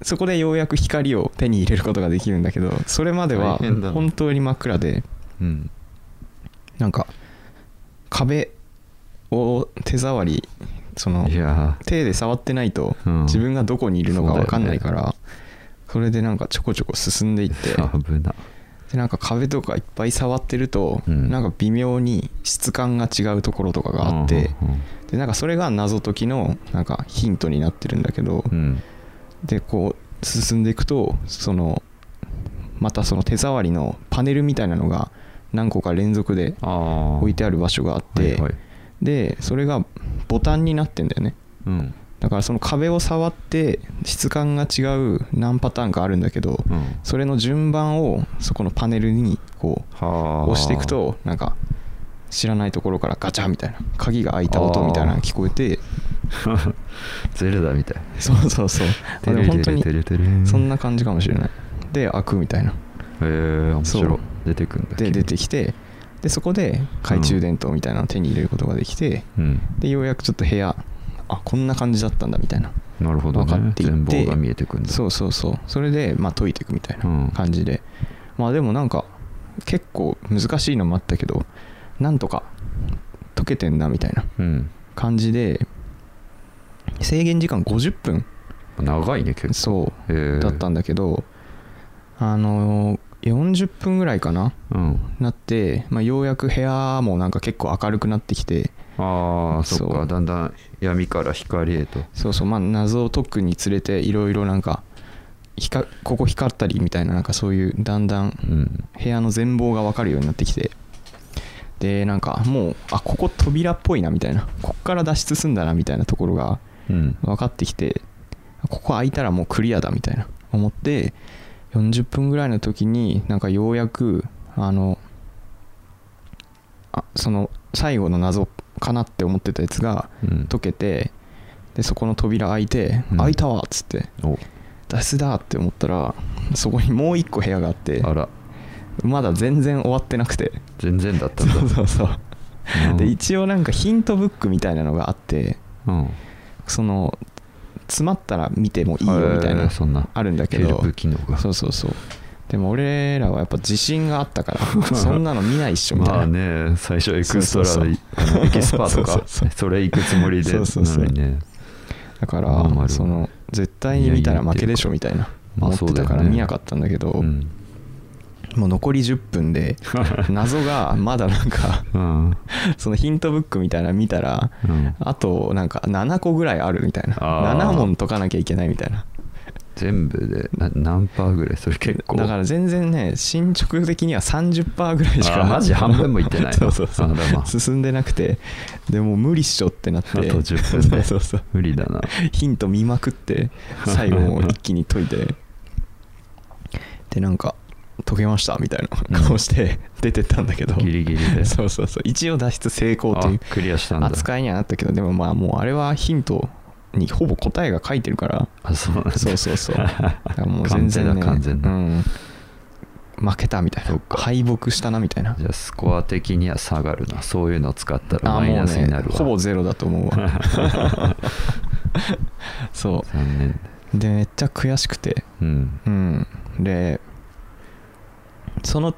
Speaker 3: そこでようやく光を手に入れることができるんだけどそれまでは
Speaker 4: 大変だな
Speaker 3: 本当に真っ暗で
Speaker 4: うん
Speaker 3: なんか壁を手触りその
Speaker 4: いや
Speaker 3: 手で触ってないと
Speaker 4: うん
Speaker 3: 自分がどこにいるのか
Speaker 4: そうだよ
Speaker 3: 分か
Speaker 4: ね
Speaker 3: んないから、それでなんかちょこちょこ進んでいっ
Speaker 4: ー
Speaker 3: て
Speaker 4: 危な
Speaker 3: でなんか壁とかいっぱい触ってると、
Speaker 4: うん
Speaker 3: なんか微妙に質感が違うところとかがあって、
Speaker 4: うんうん
Speaker 3: でなんかそれが謎解きのなんかヒントになってるんだけど、
Speaker 4: うん
Speaker 3: でこう進んでいくとそのまたその手触りのパネルみたいなのが何個か連続で
Speaker 4: ああ
Speaker 3: 置いてある場所があって、
Speaker 4: はいはい
Speaker 3: でそれがボタンになってんだよね
Speaker 4: うん
Speaker 3: だからその壁を触って質感が違う何パターンかあるんだけど、
Speaker 4: うん
Speaker 3: それの順番をそこのパネルにこう
Speaker 4: はあ
Speaker 3: 押していくとなんか知らないところからガチャみたいな鍵が開いた音みたいなのが聞こえ
Speaker 4: (laughs)
Speaker 3: て
Speaker 4: (laughs) ゼルダみたい
Speaker 3: そうそうそうあれ本当に
Speaker 4: てれてれてれてれ
Speaker 3: そんな感じかもしれないで開くみたいな
Speaker 4: えー、面
Speaker 3: そ
Speaker 4: 白
Speaker 3: う
Speaker 4: い出てくんだ
Speaker 3: で
Speaker 4: 君
Speaker 3: 出てきてでそこで懐中電灯みたいなのを手に入れることができて
Speaker 4: うん
Speaker 3: でようやくちょっと部屋あこんな感じだったんだみたいな
Speaker 4: なるほど、ね、
Speaker 3: 分かっていて
Speaker 4: 全貌が見えてくんだ
Speaker 3: そううそうそうそれでまあ解いていくみたい
Speaker 4: うん
Speaker 3: な感じで、まあでもなんか結構難しいのもあったけどなんとか解けてんなみたいな
Speaker 4: うん
Speaker 3: 感じで制限時間50分
Speaker 4: 長いね結
Speaker 3: そう
Speaker 4: 構、えー、
Speaker 3: だったんだけど、あのー40分ぐらいかな
Speaker 4: うん
Speaker 3: なって、まあ、ようやく部屋もなんか結構明るくなってきて
Speaker 4: ああそっ
Speaker 3: そ
Speaker 4: か
Speaker 3: う
Speaker 4: だんだん闇から光へと
Speaker 3: そうそうまあ謎を解くにつれていろいろなんか光ここ光ったりみたいななんかそういうだんだん
Speaker 4: うん
Speaker 3: 部屋の全貌が分かるようになってきてでなんかもうあここ扉っぽいなみたいなこっから脱出すんだなみたいなところが
Speaker 4: うん
Speaker 3: 分かってきてここ開いたらもうクリアだみたいな思って40分ぐらいの時になんかようやくあのあその最後の謎かなって思ってたやつが
Speaker 4: うん
Speaker 3: 解けてでそこの扉開いて「
Speaker 4: うん
Speaker 3: 開いたわ」っつって
Speaker 4: お
Speaker 3: 「脱出だ」って思ったらそこにもう一個部屋があって
Speaker 4: あら
Speaker 3: まだ全然終わってなくて
Speaker 4: 全然だったんだ
Speaker 3: そうそうそう
Speaker 4: うん
Speaker 3: で一応なんかヒントブックみたいなのがあって
Speaker 4: うん
Speaker 3: その詰まったら見てもいいよみたい
Speaker 4: へー
Speaker 3: な
Speaker 4: そんな
Speaker 3: あるんだけ
Speaker 4: ヘル
Speaker 3: ど
Speaker 4: プ機能が
Speaker 3: そうそうそうでも俺らはやっぱ自信があったから
Speaker 4: (laughs)
Speaker 3: そんなの見ないっしょみたいな、
Speaker 4: まあね最初エクス
Speaker 3: そ
Speaker 4: トラ
Speaker 3: うそう
Speaker 4: で
Speaker 3: そう
Speaker 4: あのエキスパート
Speaker 3: そう
Speaker 4: か
Speaker 3: そうそう
Speaker 4: それ行くつもりで
Speaker 3: そ
Speaker 4: な
Speaker 3: うそうそう
Speaker 4: のにね
Speaker 3: だか
Speaker 4: まあまあ
Speaker 3: らその絶対に見たら負けでしょみたいな
Speaker 4: まあ
Speaker 3: 思ってた
Speaker 4: そ
Speaker 3: か
Speaker 4: うだ
Speaker 3: ら
Speaker 4: よね
Speaker 3: 見なかったんだけど、
Speaker 4: うん
Speaker 3: もう残り10分
Speaker 4: (laughs)
Speaker 3: で謎がまだなんか
Speaker 4: うん
Speaker 3: そのヒントブックみたいなの見たら、
Speaker 4: うん
Speaker 3: あとなんか7個ぐらいあるみたいな
Speaker 4: あー
Speaker 3: 7問解かなきゃいけないみたいな
Speaker 4: 全部でな何パーぐらいそれ結構
Speaker 3: だから全然ね進捗的には30%ぐらいしか
Speaker 4: あーマジ半分もいってない
Speaker 3: (laughs) そうそうそ
Speaker 4: あ
Speaker 3: う
Speaker 4: らまあ
Speaker 3: 進んでなくてでもう無理っしょってなって
Speaker 4: あと10分で
Speaker 3: (laughs) そうそうそう
Speaker 4: 無理だな
Speaker 3: ヒント見まくって最後もう一気に解い
Speaker 4: (laughs)
Speaker 3: てでなんか解けましたみたいな顔して出てったんだけど、
Speaker 4: ギリギリで
Speaker 3: そうそうそう一応脱出成功という
Speaker 4: あクリアしたんだ
Speaker 3: 扱いにはなったけどでもまあもうあれはヒントにほぼ答えが書いてるから
Speaker 4: あそうなんだ
Speaker 3: そうそうそうだからもう全然ね
Speaker 4: 完全だ完
Speaker 3: うん、負けたみたい
Speaker 4: そっ
Speaker 3: な
Speaker 4: か
Speaker 3: 敗北したなみたいな
Speaker 4: (laughs) じゃあスコア的には下がるなそういうの使ったら
Speaker 3: ああ
Speaker 4: マイ
Speaker 3: もう
Speaker 4: ナスにな
Speaker 3: ね
Speaker 4: るわ
Speaker 3: ほぼゼロだと思うわそ
Speaker 4: (laughs) 残念
Speaker 3: うでめっちゃ悔しくて
Speaker 4: うん
Speaker 3: うんでその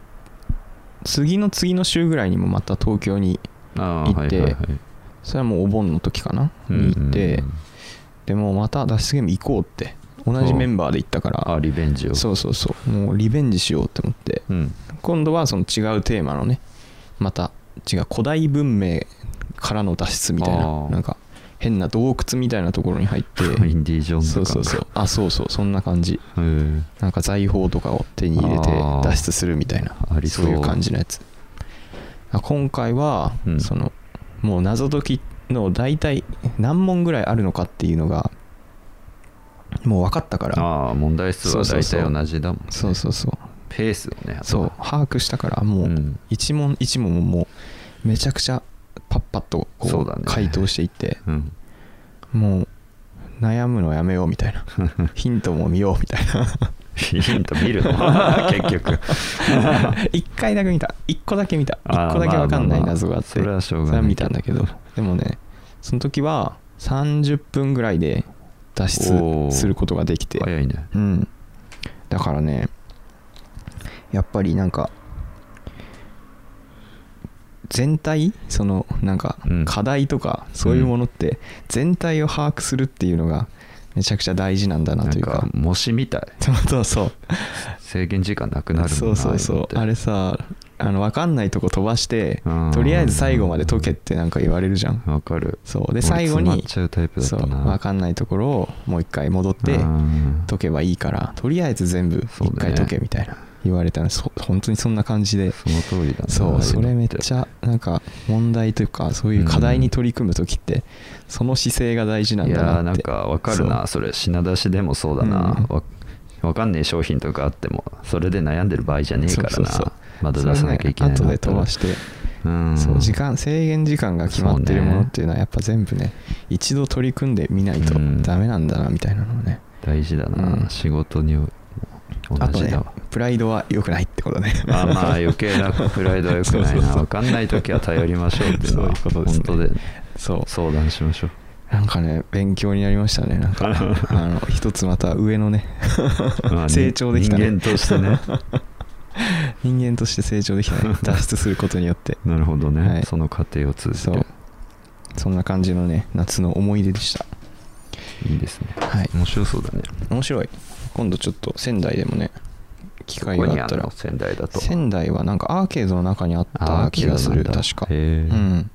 Speaker 3: 次の次の週ぐらいにもまた東京に
Speaker 4: ああ
Speaker 3: 行って
Speaker 4: はいはいはい
Speaker 3: それはもうお盆の時かな
Speaker 4: うん
Speaker 3: に行って、
Speaker 4: うんうん
Speaker 3: でもうまた脱出ゲーム行こうって同じメンバーで行ったから
Speaker 4: あリベンジを
Speaker 3: そうそうそうもうリベンジしようって思って
Speaker 4: うん
Speaker 3: 今度はその違うテーマのねまた違う古代文明からの脱出みたい
Speaker 4: あ
Speaker 3: な
Speaker 4: ー
Speaker 3: なんか変な洞窟みたいなところに入っ
Speaker 4: (laughs)
Speaker 3: て
Speaker 4: インディ・ジョーンズ
Speaker 3: そうそ
Speaker 4: 感が
Speaker 3: うそうあそうそうそんな感じ
Speaker 4: へえ
Speaker 3: なんか財宝とかを手に入れて
Speaker 4: あー
Speaker 3: 脱出するみたいな
Speaker 4: ありそ
Speaker 3: そうういう感じのやつあ今回は、
Speaker 4: うん
Speaker 3: そのもう謎解きの大体何問ぐらいあるのかっていうのがもう分かったから
Speaker 4: ああ問題数は大体同じだもんね
Speaker 3: そうそうそう
Speaker 4: ペースをねあと
Speaker 3: そう把握したからも
Speaker 4: う
Speaker 3: うん一問一問ももうめちゃくちゃパッパッと
Speaker 4: そ
Speaker 3: こ
Speaker 4: うだね
Speaker 3: う回答していって
Speaker 4: うん
Speaker 3: もう悩むのやめようみたいなヒントも見ようみたいな
Speaker 4: ヒント見
Speaker 3: (laughs)
Speaker 4: るの結局 (laughs)
Speaker 3: 一回だけ見た一個だけ見た
Speaker 4: あー
Speaker 3: 一個だけ分かんな
Speaker 4: まあまあ
Speaker 3: い
Speaker 4: まあ
Speaker 3: 謎があって
Speaker 4: それはしょう
Speaker 3: そ
Speaker 4: が
Speaker 3: れは
Speaker 4: ない
Speaker 3: 見
Speaker 4: け
Speaker 3: た
Speaker 4: ど
Speaker 3: んだけどでもねその時は30分ぐらいで脱
Speaker 4: おー
Speaker 3: 出することができて
Speaker 4: 早いね
Speaker 3: うんだからねやっぱりなんか全体そのなんか
Speaker 4: うん
Speaker 3: 課題とかそういうものって全体を把握するっていうのがめちゃくちゃ大事なんだな
Speaker 4: な
Speaker 3: と
Speaker 4: ん
Speaker 3: いうか
Speaker 4: か模試みたい
Speaker 3: (laughs) そうそうそう
Speaker 4: 制限時間なくなるもん
Speaker 3: そう
Speaker 4: な
Speaker 3: そう
Speaker 4: ああい
Speaker 3: そ
Speaker 4: のっ
Speaker 3: う
Speaker 4: て
Speaker 3: あれさあの分かんないとこ飛ばして
Speaker 4: うん
Speaker 3: とりあえず最後まで解けってなんか言われるじゃん
Speaker 4: わかる
Speaker 3: そう
Speaker 4: 俺
Speaker 3: で最後
Speaker 4: 詰まっ
Speaker 3: に
Speaker 4: ちゃうタイプだっ
Speaker 3: そ
Speaker 4: た
Speaker 3: う
Speaker 4: な
Speaker 3: 分かんないところをもう一回戻って
Speaker 4: うん
Speaker 3: 解けばいいからとりあえず全部
Speaker 4: そう
Speaker 3: 一
Speaker 4: だ
Speaker 3: 回
Speaker 4: ね
Speaker 3: 解けみたいな言われたらそ本当にそんな感じで
Speaker 4: その通りだな
Speaker 3: そうそれめっち
Speaker 4: ゃ
Speaker 3: ゃなんか問題というかそういう課題に取り組む時ってその姿勢が大事なん
Speaker 4: い
Speaker 3: だ
Speaker 4: やー
Speaker 3: な
Speaker 4: な
Speaker 3: っ
Speaker 4: ん
Speaker 3: て
Speaker 4: かわかるなそれ品出しでもそうだな、わわかんねえ商品とかあってもそれで悩んでる場合じゃねえからな
Speaker 3: そうそうそう
Speaker 4: まだ出さなきゃいけない
Speaker 3: それね後で飛ば
Speaker 4: し
Speaker 3: して
Speaker 4: うん
Speaker 3: そう時間制限時間が決まってるものっていうのはやっぱ全部ね一度取り組んでみないと
Speaker 4: うん
Speaker 3: ダメなんだなみたいなのをね、
Speaker 4: 大事だな、
Speaker 3: うん
Speaker 4: 仕事に同
Speaker 3: あと
Speaker 4: じ
Speaker 3: ね
Speaker 4: だわ、
Speaker 3: プライドは良くないってことね
Speaker 4: まあまあ余計なプライドは良くな
Speaker 3: そ
Speaker 4: い
Speaker 3: うそう
Speaker 4: な
Speaker 3: そう
Speaker 4: 分かんない時は頼りましょうっていうのは
Speaker 3: そういうことです
Speaker 4: 本
Speaker 3: ね
Speaker 4: 当で
Speaker 3: そう
Speaker 4: 相談しましょう
Speaker 3: なんかね勉強になりましたねなん
Speaker 4: (laughs)
Speaker 3: かあの一つまた上のね
Speaker 4: まあ
Speaker 3: (laughs)
Speaker 4: に
Speaker 3: 成長できたね
Speaker 4: 人間とし
Speaker 3: (laughs)
Speaker 4: てね
Speaker 3: 人間として成長できたね脱出することによって
Speaker 4: なるほどね、
Speaker 3: はい
Speaker 4: その過程を通じ
Speaker 3: そう
Speaker 4: て
Speaker 3: そんな感じのね夏の思い出でした
Speaker 4: いいですね
Speaker 3: はい
Speaker 4: 面白そうだね
Speaker 3: 面白い今度ちょっと仙台でもね機
Speaker 4: こ
Speaker 3: 会
Speaker 4: こ
Speaker 3: が
Speaker 4: に
Speaker 3: あ
Speaker 4: あ
Speaker 3: った
Speaker 4: る
Speaker 3: ら
Speaker 4: の仙台だと
Speaker 3: 仙台はなんかアーケードの中にあっ
Speaker 4: あ
Speaker 3: た気がする
Speaker 4: 秋田なんだ
Speaker 3: 確か
Speaker 4: へえ、
Speaker 3: うん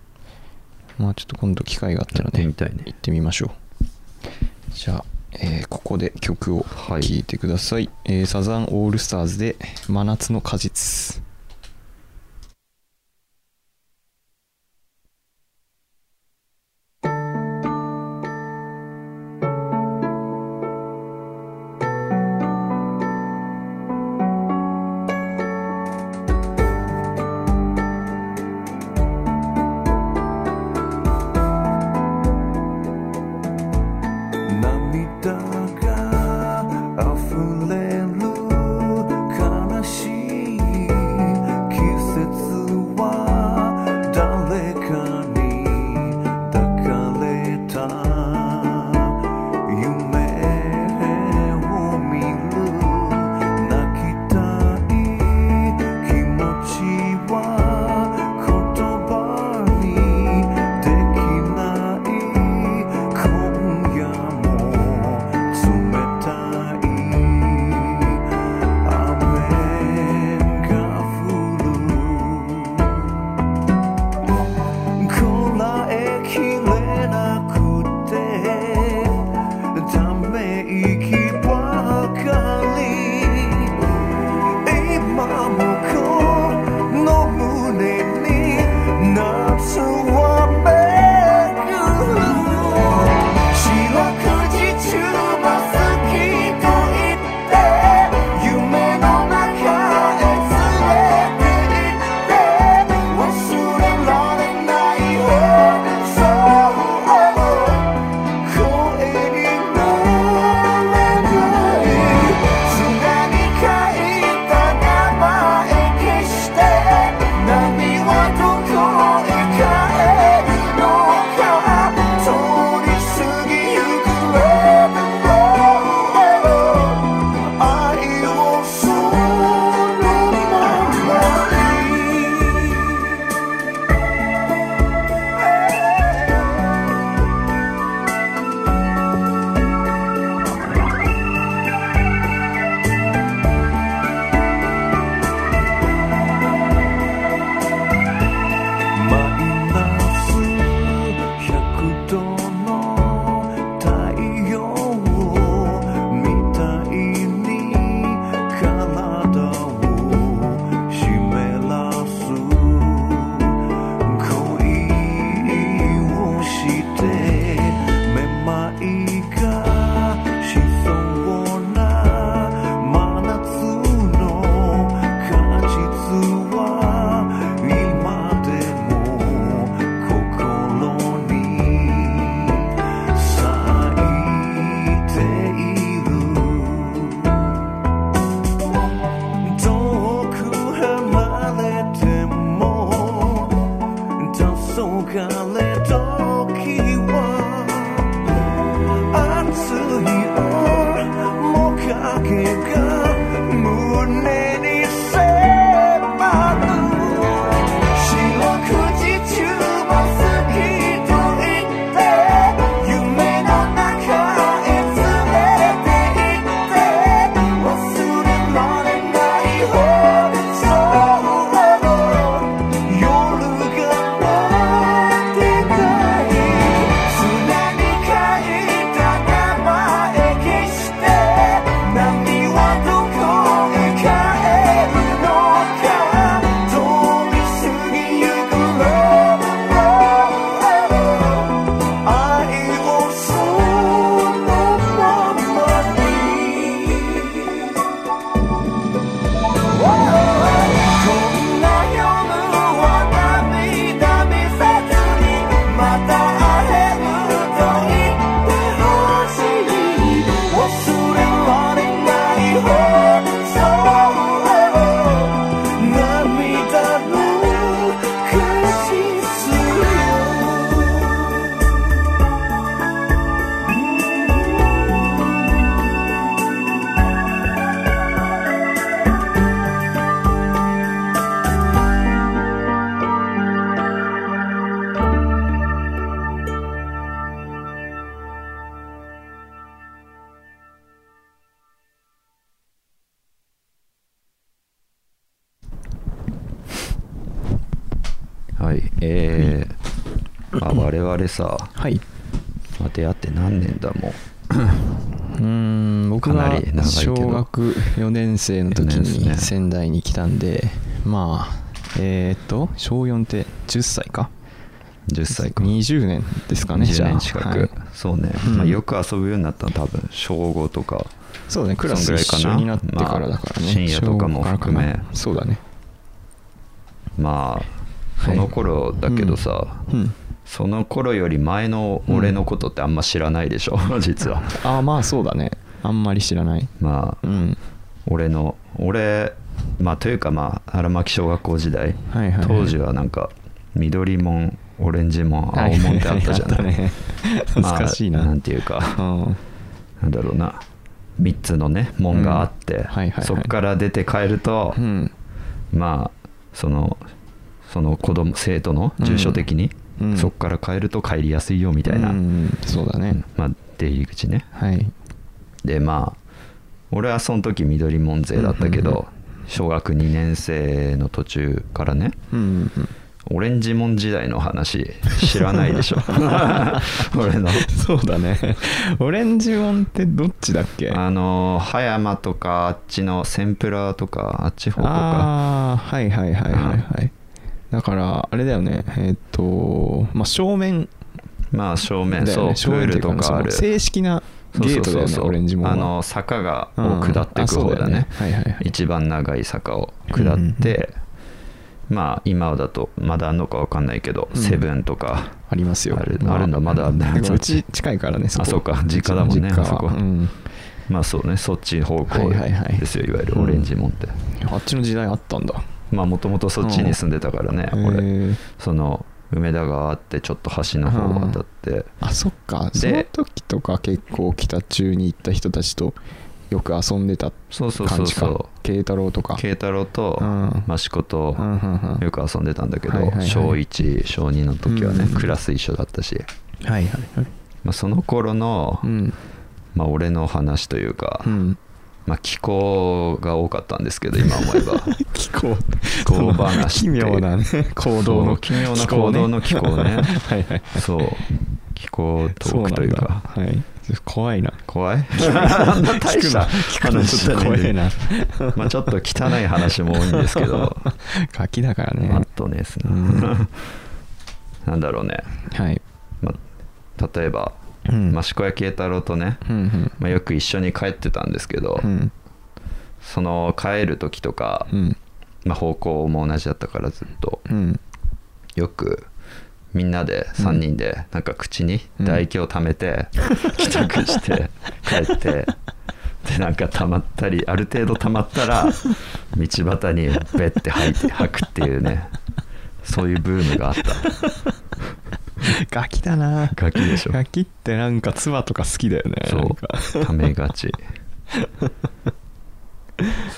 Speaker 3: まあちょっと今度機会があった
Speaker 4: や
Speaker 3: ら
Speaker 4: って
Speaker 3: ね
Speaker 4: みたいね
Speaker 3: 行ってみましょうじゃあ、えーここで曲を
Speaker 4: はい
Speaker 3: 聴いてください、えーサザンオールスターズで「真夏の果実」
Speaker 7: 「涙が溢れる悲しい季節は誰かに抱かれた」「夢を見る泣きたい気持ちは言葉にできない」「今夜も冷たい」「雨が降る」「こらえきれなくてため息ばかり」今もこの胸に夏は巡る白くじ中ば好きと言って夢の中へ連れて行って忘れられないよそう声になれない「つなぎたいた名前消して」「波はどこへ帰るのか」「通り過ぎゆくれ」「愛をそのままに」マイナス100度の太陽みたいに体を湿らす恋をしてめまいがしそうな真夏の果実は今でも心に咲いている「遠く離れても黄昏時は」「熱い面影が胸に迫る」「白くじ中も好きと言って」「夢の中へ連れて行って」「忘れられない放送夜が待ってたい」「砂に書いた名前消して」「波はど
Speaker 4: はいえー、まあ我々さ、
Speaker 3: はい。
Speaker 4: まあ、出会って何年だもう
Speaker 3: うーん、僕
Speaker 4: かな
Speaker 3: が
Speaker 4: り長いけど
Speaker 3: 小学4年生の時
Speaker 4: 四年生ね
Speaker 3: に仙台に来たんで、まあ、えーっと、小4って10歳か。
Speaker 4: 10歳か
Speaker 3: 20年ですかね、じ
Speaker 4: 10
Speaker 3: ゃあ。
Speaker 4: 年近く、
Speaker 3: はい
Speaker 4: そうね、
Speaker 3: うん
Speaker 4: まあ、よく遊ぶようになったの多分小5とか
Speaker 3: そうね、クラス
Speaker 4: そんぐらい
Speaker 3: 一
Speaker 4: かな
Speaker 3: 緒になってからだからね。
Speaker 4: まあ深夜とかも
Speaker 3: 小五らかな
Speaker 4: 含め
Speaker 3: そうだね。
Speaker 4: まあその頃だけどさ、
Speaker 3: うん。
Speaker 4: その頃より前の俺のことってあんま知らないでしょ、実は
Speaker 3: ああ、まあそうだね。あんまり知らない。
Speaker 4: まあ
Speaker 3: うん。
Speaker 4: 俺の俺まあというかまあ荒牧小学校時代、
Speaker 3: はいはいはい
Speaker 4: 当時はなんか緑もんオレンジもん青もんってあったじゃな
Speaker 3: は
Speaker 4: い、
Speaker 3: いはいはい (laughs) あったね懐かしいな。
Speaker 4: まあ、なんていう
Speaker 3: う
Speaker 4: か
Speaker 3: ん。
Speaker 4: なんだろうな3つのね門があっ
Speaker 3: ん
Speaker 4: て、
Speaker 3: はいはいはい
Speaker 4: そっから出て帰ると、
Speaker 3: うん。
Speaker 4: まあそのその子供生徒の住所的に、
Speaker 3: うんうん
Speaker 4: そっから帰ると帰りやすいよみたいな、
Speaker 3: うんそうだね。
Speaker 4: まあ出入り口ね
Speaker 3: はい。
Speaker 4: でまあ俺はその時緑門勢だったけ
Speaker 3: うんうん
Speaker 4: ど小学2年生の途中からね
Speaker 3: うん。
Speaker 4: オレンジ門時代の話知らない
Speaker 3: (laughs)
Speaker 4: でしょ俺の
Speaker 3: そうだね。 (laughs) オレンジモンってどっちだっけ
Speaker 4: あの葉山とかあっちのセンプラとかあっち方とか
Speaker 3: ああー、はいはいはいはいはい。だから、あれだよね。えーっと、まあ正面
Speaker 4: まあ正
Speaker 3: だ
Speaker 4: 面
Speaker 3: よね。
Speaker 4: そうプ
Speaker 3: 正面
Speaker 4: ー
Speaker 3: ってい
Speaker 4: ル
Speaker 3: うか
Speaker 4: とかある
Speaker 3: その正式なゲートだよね、オレンジモンは。
Speaker 4: あの坂がを
Speaker 3: うん
Speaker 4: 下ってい
Speaker 3: あ
Speaker 4: く
Speaker 3: そう
Speaker 4: 方
Speaker 3: だよ
Speaker 4: だ
Speaker 3: ね
Speaker 4: ね
Speaker 3: はいはいはい
Speaker 4: 一番長い坂を下って、まあ今だとまだあんのか分かんないけど、
Speaker 3: うん
Speaker 4: セブンとか
Speaker 3: ありますよ。
Speaker 4: あるあるんだまだあるんだ
Speaker 3: でもうち近いからね、こ
Speaker 4: あそうか実家だもんね
Speaker 3: うちの実家は
Speaker 4: あそこ
Speaker 3: うん
Speaker 4: まあそうねそっち方
Speaker 3: はい
Speaker 4: 向
Speaker 3: はいはい
Speaker 4: ですよいわゆ
Speaker 3: う
Speaker 4: る
Speaker 3: ん
Speaker 4: オレンジもんって、
Speaker 3: あっちの時代あったんだ。
Speaker 4: まあもともとそっちに住んでたからね、
Speaker 3: うんへ
Speaker 4: 俺
Speaker 3: ー
Speaker 4: その梅田川あってちょっと橋の方渡って、
Speaker 3: あ、そっか。
Speaker 4: で
Speaker 3: その時とか結構北中に行った人たちとよく遊んでた
Speaker 4: そうそうそ
Speaker 3: 感
Speaker 4: う
Speaker 3: じ
Speaker 4: そ
Speaker 3: か
Speaker 4: う。
Speaker 3: 慶太郎とか。
Speaker 4: 慶太郎と
Speaker 3: うん
Speaker 4: 益子と
Speaker 3: うんうんうん
Speaker 4: よく遊んでたんだけど、
Speaker 3: はいはいはい
Speaker 4: 小1小2の時はね、
Speaker 3: うん
Speaker 4: クラス一緒だったし、
Speaker 3: はいはいはい。
Speaker 4: まあ、その頃の、
Speaker 3: うん。
Speaker 4: まあ、俺の話というか、
Speaker 3: うん。
Speaker 4: まあ、気候が多かったんですけど今思
Speaker 3: (laughs)
Speaker 4: えば
Speaker 3: 気候。
Speaker 4: 気候話って
Speaker 3: 奇
Speaker 4: いう
Speaker 3: 妙なね。行動の
Speaker 4: そう奇妙な行動の気候ね
Speaker 3: (laughs) はいはい。
Speaker 4: そう気候ト
Speaker 3: そう
Speaker 4: ー
Speaker 3: な
Speaker 4: ク
Speaker 3: ん
Speaker 4: というか
Speaker 3: だ。はい。怖いな。 (laughs)
Speaker 4: 怖いあんな大した
Speaker 3: 聞くの
Speaker 4: 話
Speaker 3: ち
Speaker 4: じ
Speaker 3: ょっ
Speaker 4: ゃ
Speaker 3: と怖
Speaker 4: ね
Speaker 3: いな。
Speaker 4: まあちょっと汚い話も多いんです
Speaker 3: (laughs)
Speaker 4: けど
Speaker 3: ガキだからね。
Speaker 4: マットですね
Speaker 3: うん
Speaker 4: なんだろうね、
Speaker 3: はい。
Speaker 4: まあ、例えば
Speaker 3: うん
Speaker 4: 益子や慶太郎とね、
Speaker 3: うんうん。
Speaker 4: まあ、よく一緒に帰ってたんですけど、
Speaker 3: うん。
Speaker 4: その帰る時とか、
Speaker 3: うん。
Speaker 4: まあ、方向も同じだったからずっと
Speaker 3: うん。
Speaker 4: よくみんなで3人でなんか口に唾液を溜めて、帰宅して帰ってでなんか溜まったりある程度溜まったら道端にベッて吐いて吐くっていうねそういうブームがあった
Speaker 3: ガキだな。
Speaker 4: ガキでしょ
Speaker 3: ガキってなんか妻とか好きだよね。なんか
Speaker 4: そう溜めがち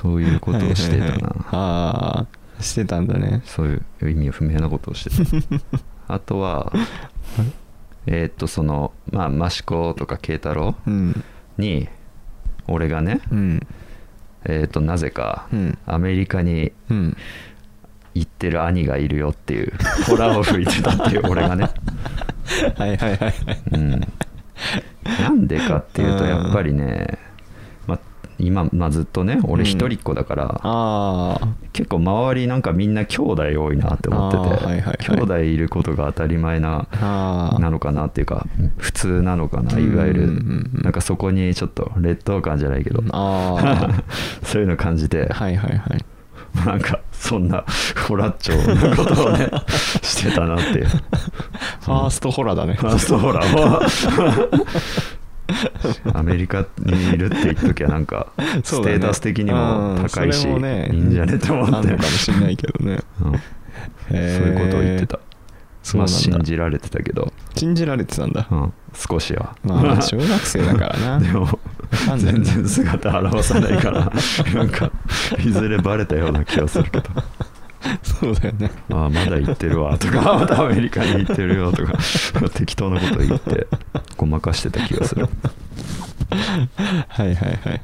Speaker 4: そういうことをしてたな、
Speaker 3: はい (laughs) はいはいああ、してたんだね。
Speaker 4: そういう意味不明なことをしてたあとはえーっとそのまあ益子とか慶太郎
Speaker 3: うん。
Speaker 4: に俺がね、
Speaker 3: うん。
Speaker 4: えーっとなぜか
Speaker 3: うん
Speaker 4: アメリカに
Speaker 3: うん。
Speaker 4: 行ってる兄がいるよっていうホラーを吹いてたって
Speaker 3: (laughs)
Speaker 4: いう俺がね、
Speaker 3: はいはいはい。
Speaker 4: うん、なんでかっていうとやっぱりね、まあ、今、まあ、ずっとね俺一人っ子だから、
Speaker 3: ああ。
Speaker 4: 結構周りなんかみんな兄弟多いなって思って
Speaker 3: あー
Speaker 4: て、
Speaker 3: はいはいはい
Speaker 4: 兄弟いることが当たり前な
Speaker 3: あー
Speaker 4: なのかなっていうか普通なのかないわ
Speaker 3: うん
Speaker 4: ゆる
Speaker 3: うんうん
Speaker 4: なんかそこにちょっと劣等感じゃないけど
Speaker 3: あ
Speaker 4: (laughs) そういうの感
Speaker 3: (laughs)
Speaker 4: じて、
Speaker 3: はいはいはい。
Speaker 4: なんかそんな (laughs) ホラッチョなことをねしてたなっていう
Speaker 3: ファーストホラーだね。
Speaker 4: ファーストホラ
Speaker 3: (laughs)
Speaker 4: ーもアメリカにいるって言っときゃなんか
Speaker 3: そ
Speaker 4: ス
Speaker 3: うだ
Speaker 4: テ
Speaker 3: ね
Speaker 4: ータス的にも高いし、
Speaker 3: うんそれも
Speaker 4: いいんじゃねって思
Speaker 3: あ
Speaker 4: っ
Speaker 3: ん
Speaker 4: て
Speaker 3: のかもしれないけどね。
Speaker 4: うんそういうことを言ってた
Speaker 3: へー。そう
Speaker 4: ま
Speaker 3: なん
Speaker 4: あ、
Speaker 3: だ
Speaker 4: 信じられてたけど、
Speaker 3: 信じられてたんだ
Speaker 4: う。ん、少しは。
Speaker 3: まあ、小学生だからな。
Speaker 4: (laughs)
Speaker 3: (laughs)
Speaker 4: でも
Speaker 3: なんだよ
Speaker 4: 全然姿現さないからなんかいずれバレたような気がするけど
Speaker 3: そうだよね。
Speaker 4: ああまだ行ってるわとか (laughs) まだアメリカに行ってるよとか (laughs) 適当なこと言ってごまかしてた気がする
Speaker 3: はいはいはい。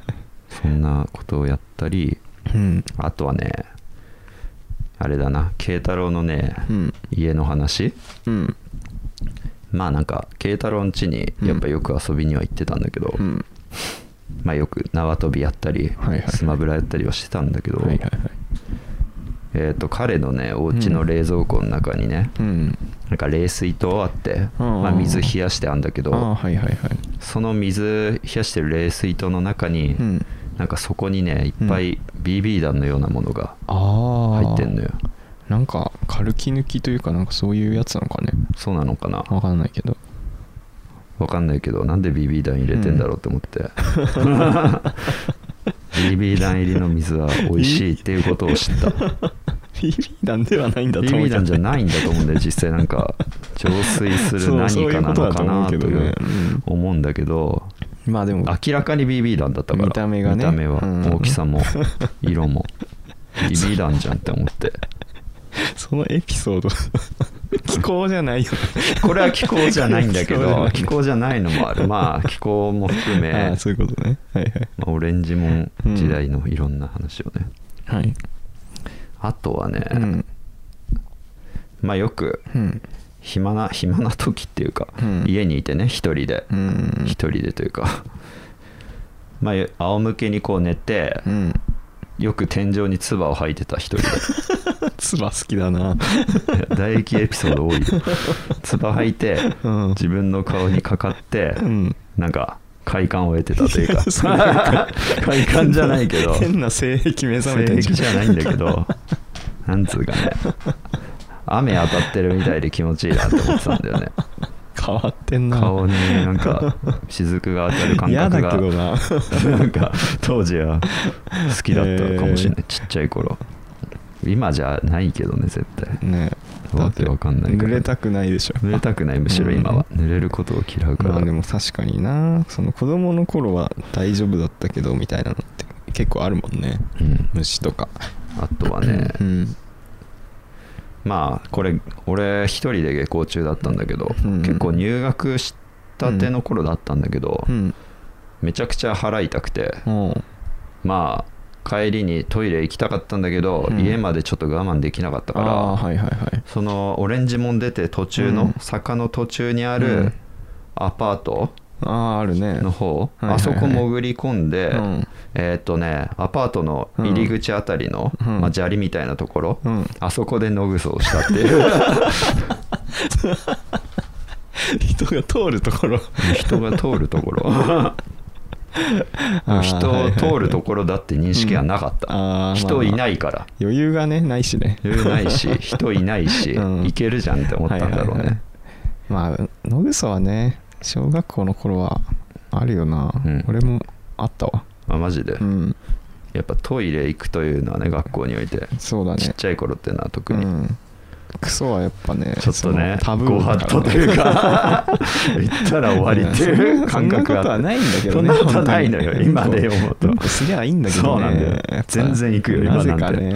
Speaker 4: そんなことをやったり
Speaker 3: うん。
Speaker 4: あとはねあれだな慶太郎のね、
Speaker 3: うん
Speaker 4: 家の話
Speaker 3: うん
Speaker 4: まあなんか慶太郎ん家にやっぱよく遊びには行ってたんだけど、
Speaker 3: うん
Speaker 4: まあ、よく縄跳びやったり、
Speaker 3: はいはい
Speaker 4: スマブラやったりはしてたんだけど、
Speaker 3: はいはいはい
Speaker 4: えー、と彼のねお家の冷蔵庫の中にね、
Speaker 3: うん
Speaker 4: なんか冷水筒あって、
Speaker 3: うん
Speaker 4: まあ、水冷やしてあんだけ
Speaker 3: ああ
Speaker 4: ど
Speaker 3: はいはいはい
Speaker 4: その水冷やしてる冷水筒の中に、
Speaker 3: うん
Speaker 4: なんかそこにねいっぱい BB 弾のようなものが
Speaker 3: ああ
Speaker 4: 入ってんのよ、
Speaker 3: なんかカルキ抜きというかなんかそういうやつなのかね
Speaker 4: そうなのかな
Speaker 3: わかんないけど
Speaker 4: わかんないけどなんで BB 弾入れてんだろうって思って、BB 弾入りの水は美味しいっていうことを知 (laughs) った
Speaker 3: ビビ弾ではないんだと思う
Speaker 4: BB 弾じゃないいんだと思うんで実際なんか浄水する何かなのかなという思うんだけど
Speaker 3: まあでも
Speaker 4: 明らかに BB 弾だったから
Speaker 3: 見た目がね
Speaker 4: は
Speaker 3: うん
Speaker 4: 大きさも (laughs) 色も BB 弾じゃんって思って
Speaker 3: そのエピソー (laughs) ド気候じゃないよね
Speaker 4: これは気候じゃないんだけど気
Speaker 3: 気候
Speaker 4: 候じゃないのもあるまあ気候も含 (laughs) め
Speaker 3: ああそういうこと (laughs) ねはいはい
Speaker 4: まあオレンジモン時代のいろんな話をね、
Speaker 3: はい
Speaker 4: あとはね、
Speaker 3: うん
Speaker 4: まあよく
Speaker 3: うん
Speaker 4: 暇な暇な時っていうか、
Speaker 3: うん
Speaker 4: 家にいてね一人で
Speaker 3: う
Speaker 4: 一、
Speaker 3: ん
Speaker 4: 人でというか (laughs) まあ仰向けにこう寝て、
Speaker 3: うん
Speaker 4: よく天井に唾を吐いてた一人
Speaker 3: つば好きだな
Speaker 4: で唾液エピソード多いよ唾吐いて、
Speaker 3: うん
Speaker 4: 自分の顔にかかって、
Speaker 3: うん
Speaker 4: なんか快感を得てたというか
Speaker 3: それは
Speaker 4: (laughs) 快感じゃないけど
Speaker 3: 変な性癖目覚めてん
Speaker 4: 性癖じゃないんだけどなんつうかね雨当たってるみたいで気持ちいいなって思ってたんだよね
Speaker 3: 変わってんな
Speaker 4: 顔になんか雫が当たる感
Speaker 3: 嫌だ
Speaker 4: 覚が
Speaker 3: けどな
Speaker 4: なんか当時は好きだったかもしれない、
Speaker 3: へー
Speaker 4: ちっちゃい頃今じゃないけどね絶対
Speaker 3: ねえ
Speaker 4: わけわかんないから
Speaker 3: 濡れたくないでしょ
Speaker 4: 濡れたくないむしろ今は、濡れることを嫌うから、
Speaker 3: まあでも確かになその子供の頃は大丈夫だったけどみたいなのって結構あるもんね
Speaker 4: うん
Speaker 3: 虫とか
Speaker 4: あとはね
Speaker 3: うん
Speaker 4: まあこれ俺一人で下校中だったんだけど、
Speaker 3: うん
Speaker 4: 結構入学したての頃だったんだけど、
Speaker 3: うん
Speaker 4: めちゃくちゃ腹痛くて、
Speaker 3: おう
Speaker 4: まあ帰りにトイレ行きたかったんだけど、
Speaker 3: うん
Speaker 4: 家までちょっと我慢できなかった
Speaker 3: あ
Speaker 4: か
Speaker 3: あ
Speaker 4: ら
Speaker 3: はいはいはい
Speaker 4: そのオレンジ門出て途中の、
Speaker 3: うん
Speaker 4: 坂の途中にあ
Speaker 3: う
Speaker 4: る
Speaker 3: ん
Speaker 4: アパート
Speaker 3: あああるね
Speaker 4: の方、
Speaker 3: はいはいはい
Speaker 4: あそこ潜り込んで、
Speaker 3: うん
Speaker 4: えーっとねアパートの入り口あたりの、
Speaker 3: うん
Speaker 4: まあ、砂利みたいなところ、
Speaker 3: うん
Speaker 4: あそこで野ぐそをしたっていう
Speaker 3: (laughs) 人が通るところ
Speaker 4: 人が通る
Speaker 3: (laughs)
Speaker 4: ところ人を通るところだって認識はなかった、
Speaker 3: うんあー
Speaker 4: 人い
Speaker 3: まあま
Speaker 4: な
Speaker 3: あ
Speaker 4: いから
Speaker 3: 余裕がねないしね
Speaker 4: 余裕ない
Speaker 3: (laughs)
Speaker 4: し人いないし、
Speaker 3: うん
Speaker 4: いけるじゃんって思ったんだ
Speaker 3: はい
Speaker 4: ろうね、
Speaker 3: はいはいまあ野草はね小学校の頃はあるよな、
Speaker 4: うん
Speaker 3: 俺もあったわ
Speaker 4: あマジで、
Speaker 3: うん
Speaker 4: やっぱトイレ行くというのはね学校において
Speaker 3: そうだね
Speaker 4: ちっちゃい頃っていうのは特
Speaker 3: う
Speaker 4: に、
Speaker 3: ん、クソはやっぱね
Speaker 4: ちょっと
Speaker 3: その
Speaker 4: ね
Speaker 3: タブ
Speaker 4: ご
Speaker 3: ー
Speaker 4: 法
Speaker 3: だ
Speaker 4: 度
Speaker 3: か
Speaker 4: と
Speaker 3: ら
Speaker 4: い
Speaker 3: ね
Speaker 4: うか (laughs) 言ったら終わりっていう感覚
Speaker 3: そんなこと
Speaker 4: があ
Speaker 3: は
Speaker 4: って
Speaker 3: ないんだけ
Speaker 4: そ
Speaker 3: ど
Speaker 4: ん
Speaker 3: ね
Speaker 4: なことはないのよ
Speaker 3: 本当に
Speaker 4: 今で思うと
Speaker 3: うんこすりゃいいんだけどね
Speaker 4: そうなんだよ
Speaker 3: やっぱ
Speaker 4: 全然行くよ今なんて
Speaker 3: なぜかね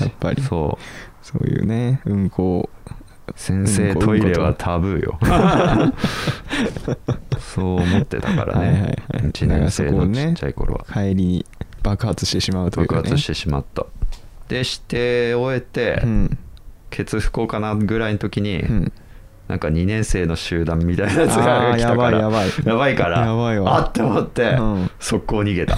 Speaker 3: やっぱりそう
Speaker 4: そ
Speaker 3: いうねうんこ
Speaker 4: う先生
Speaker 3: うんこ
Speaker 4: トイレ
Speaker 3: う
Speaker 4: は
Speaker 3: んこと
Speaker 4: タブー
Speaker 3: (laughs)
Speaker 4: よそう思ってたから
Speaker 3: はいはい
Speaker 4: ね
Speaker 3: はい
Speaker 4: 1年生のちっちゃい頃
Speaker 3: を
Speaker 4: は
Speaker 3: 帰りに爆発してしまうというか、
Speaker 4: 爆
Speaker 3: ね、
Speaker 4: 発してしまったでして終えて、
Speaker 3: うん
Speaker 4: ケツ不幸かなぐらいの時に、
Speaker 3: うん
Speaker 4: なんか2年生の集団みたいなやつ
Speaker 3: あ
Speaker 4: が
Speaker 3: ー
Speaker 4: 来たから
Speaker 3: やばいやばい
Speaker 4: やばいから
Speaker 3: やばいわ
Speaker 4: あって思って、
Speaker 3: うん
Speaker 4: 速攻逃げた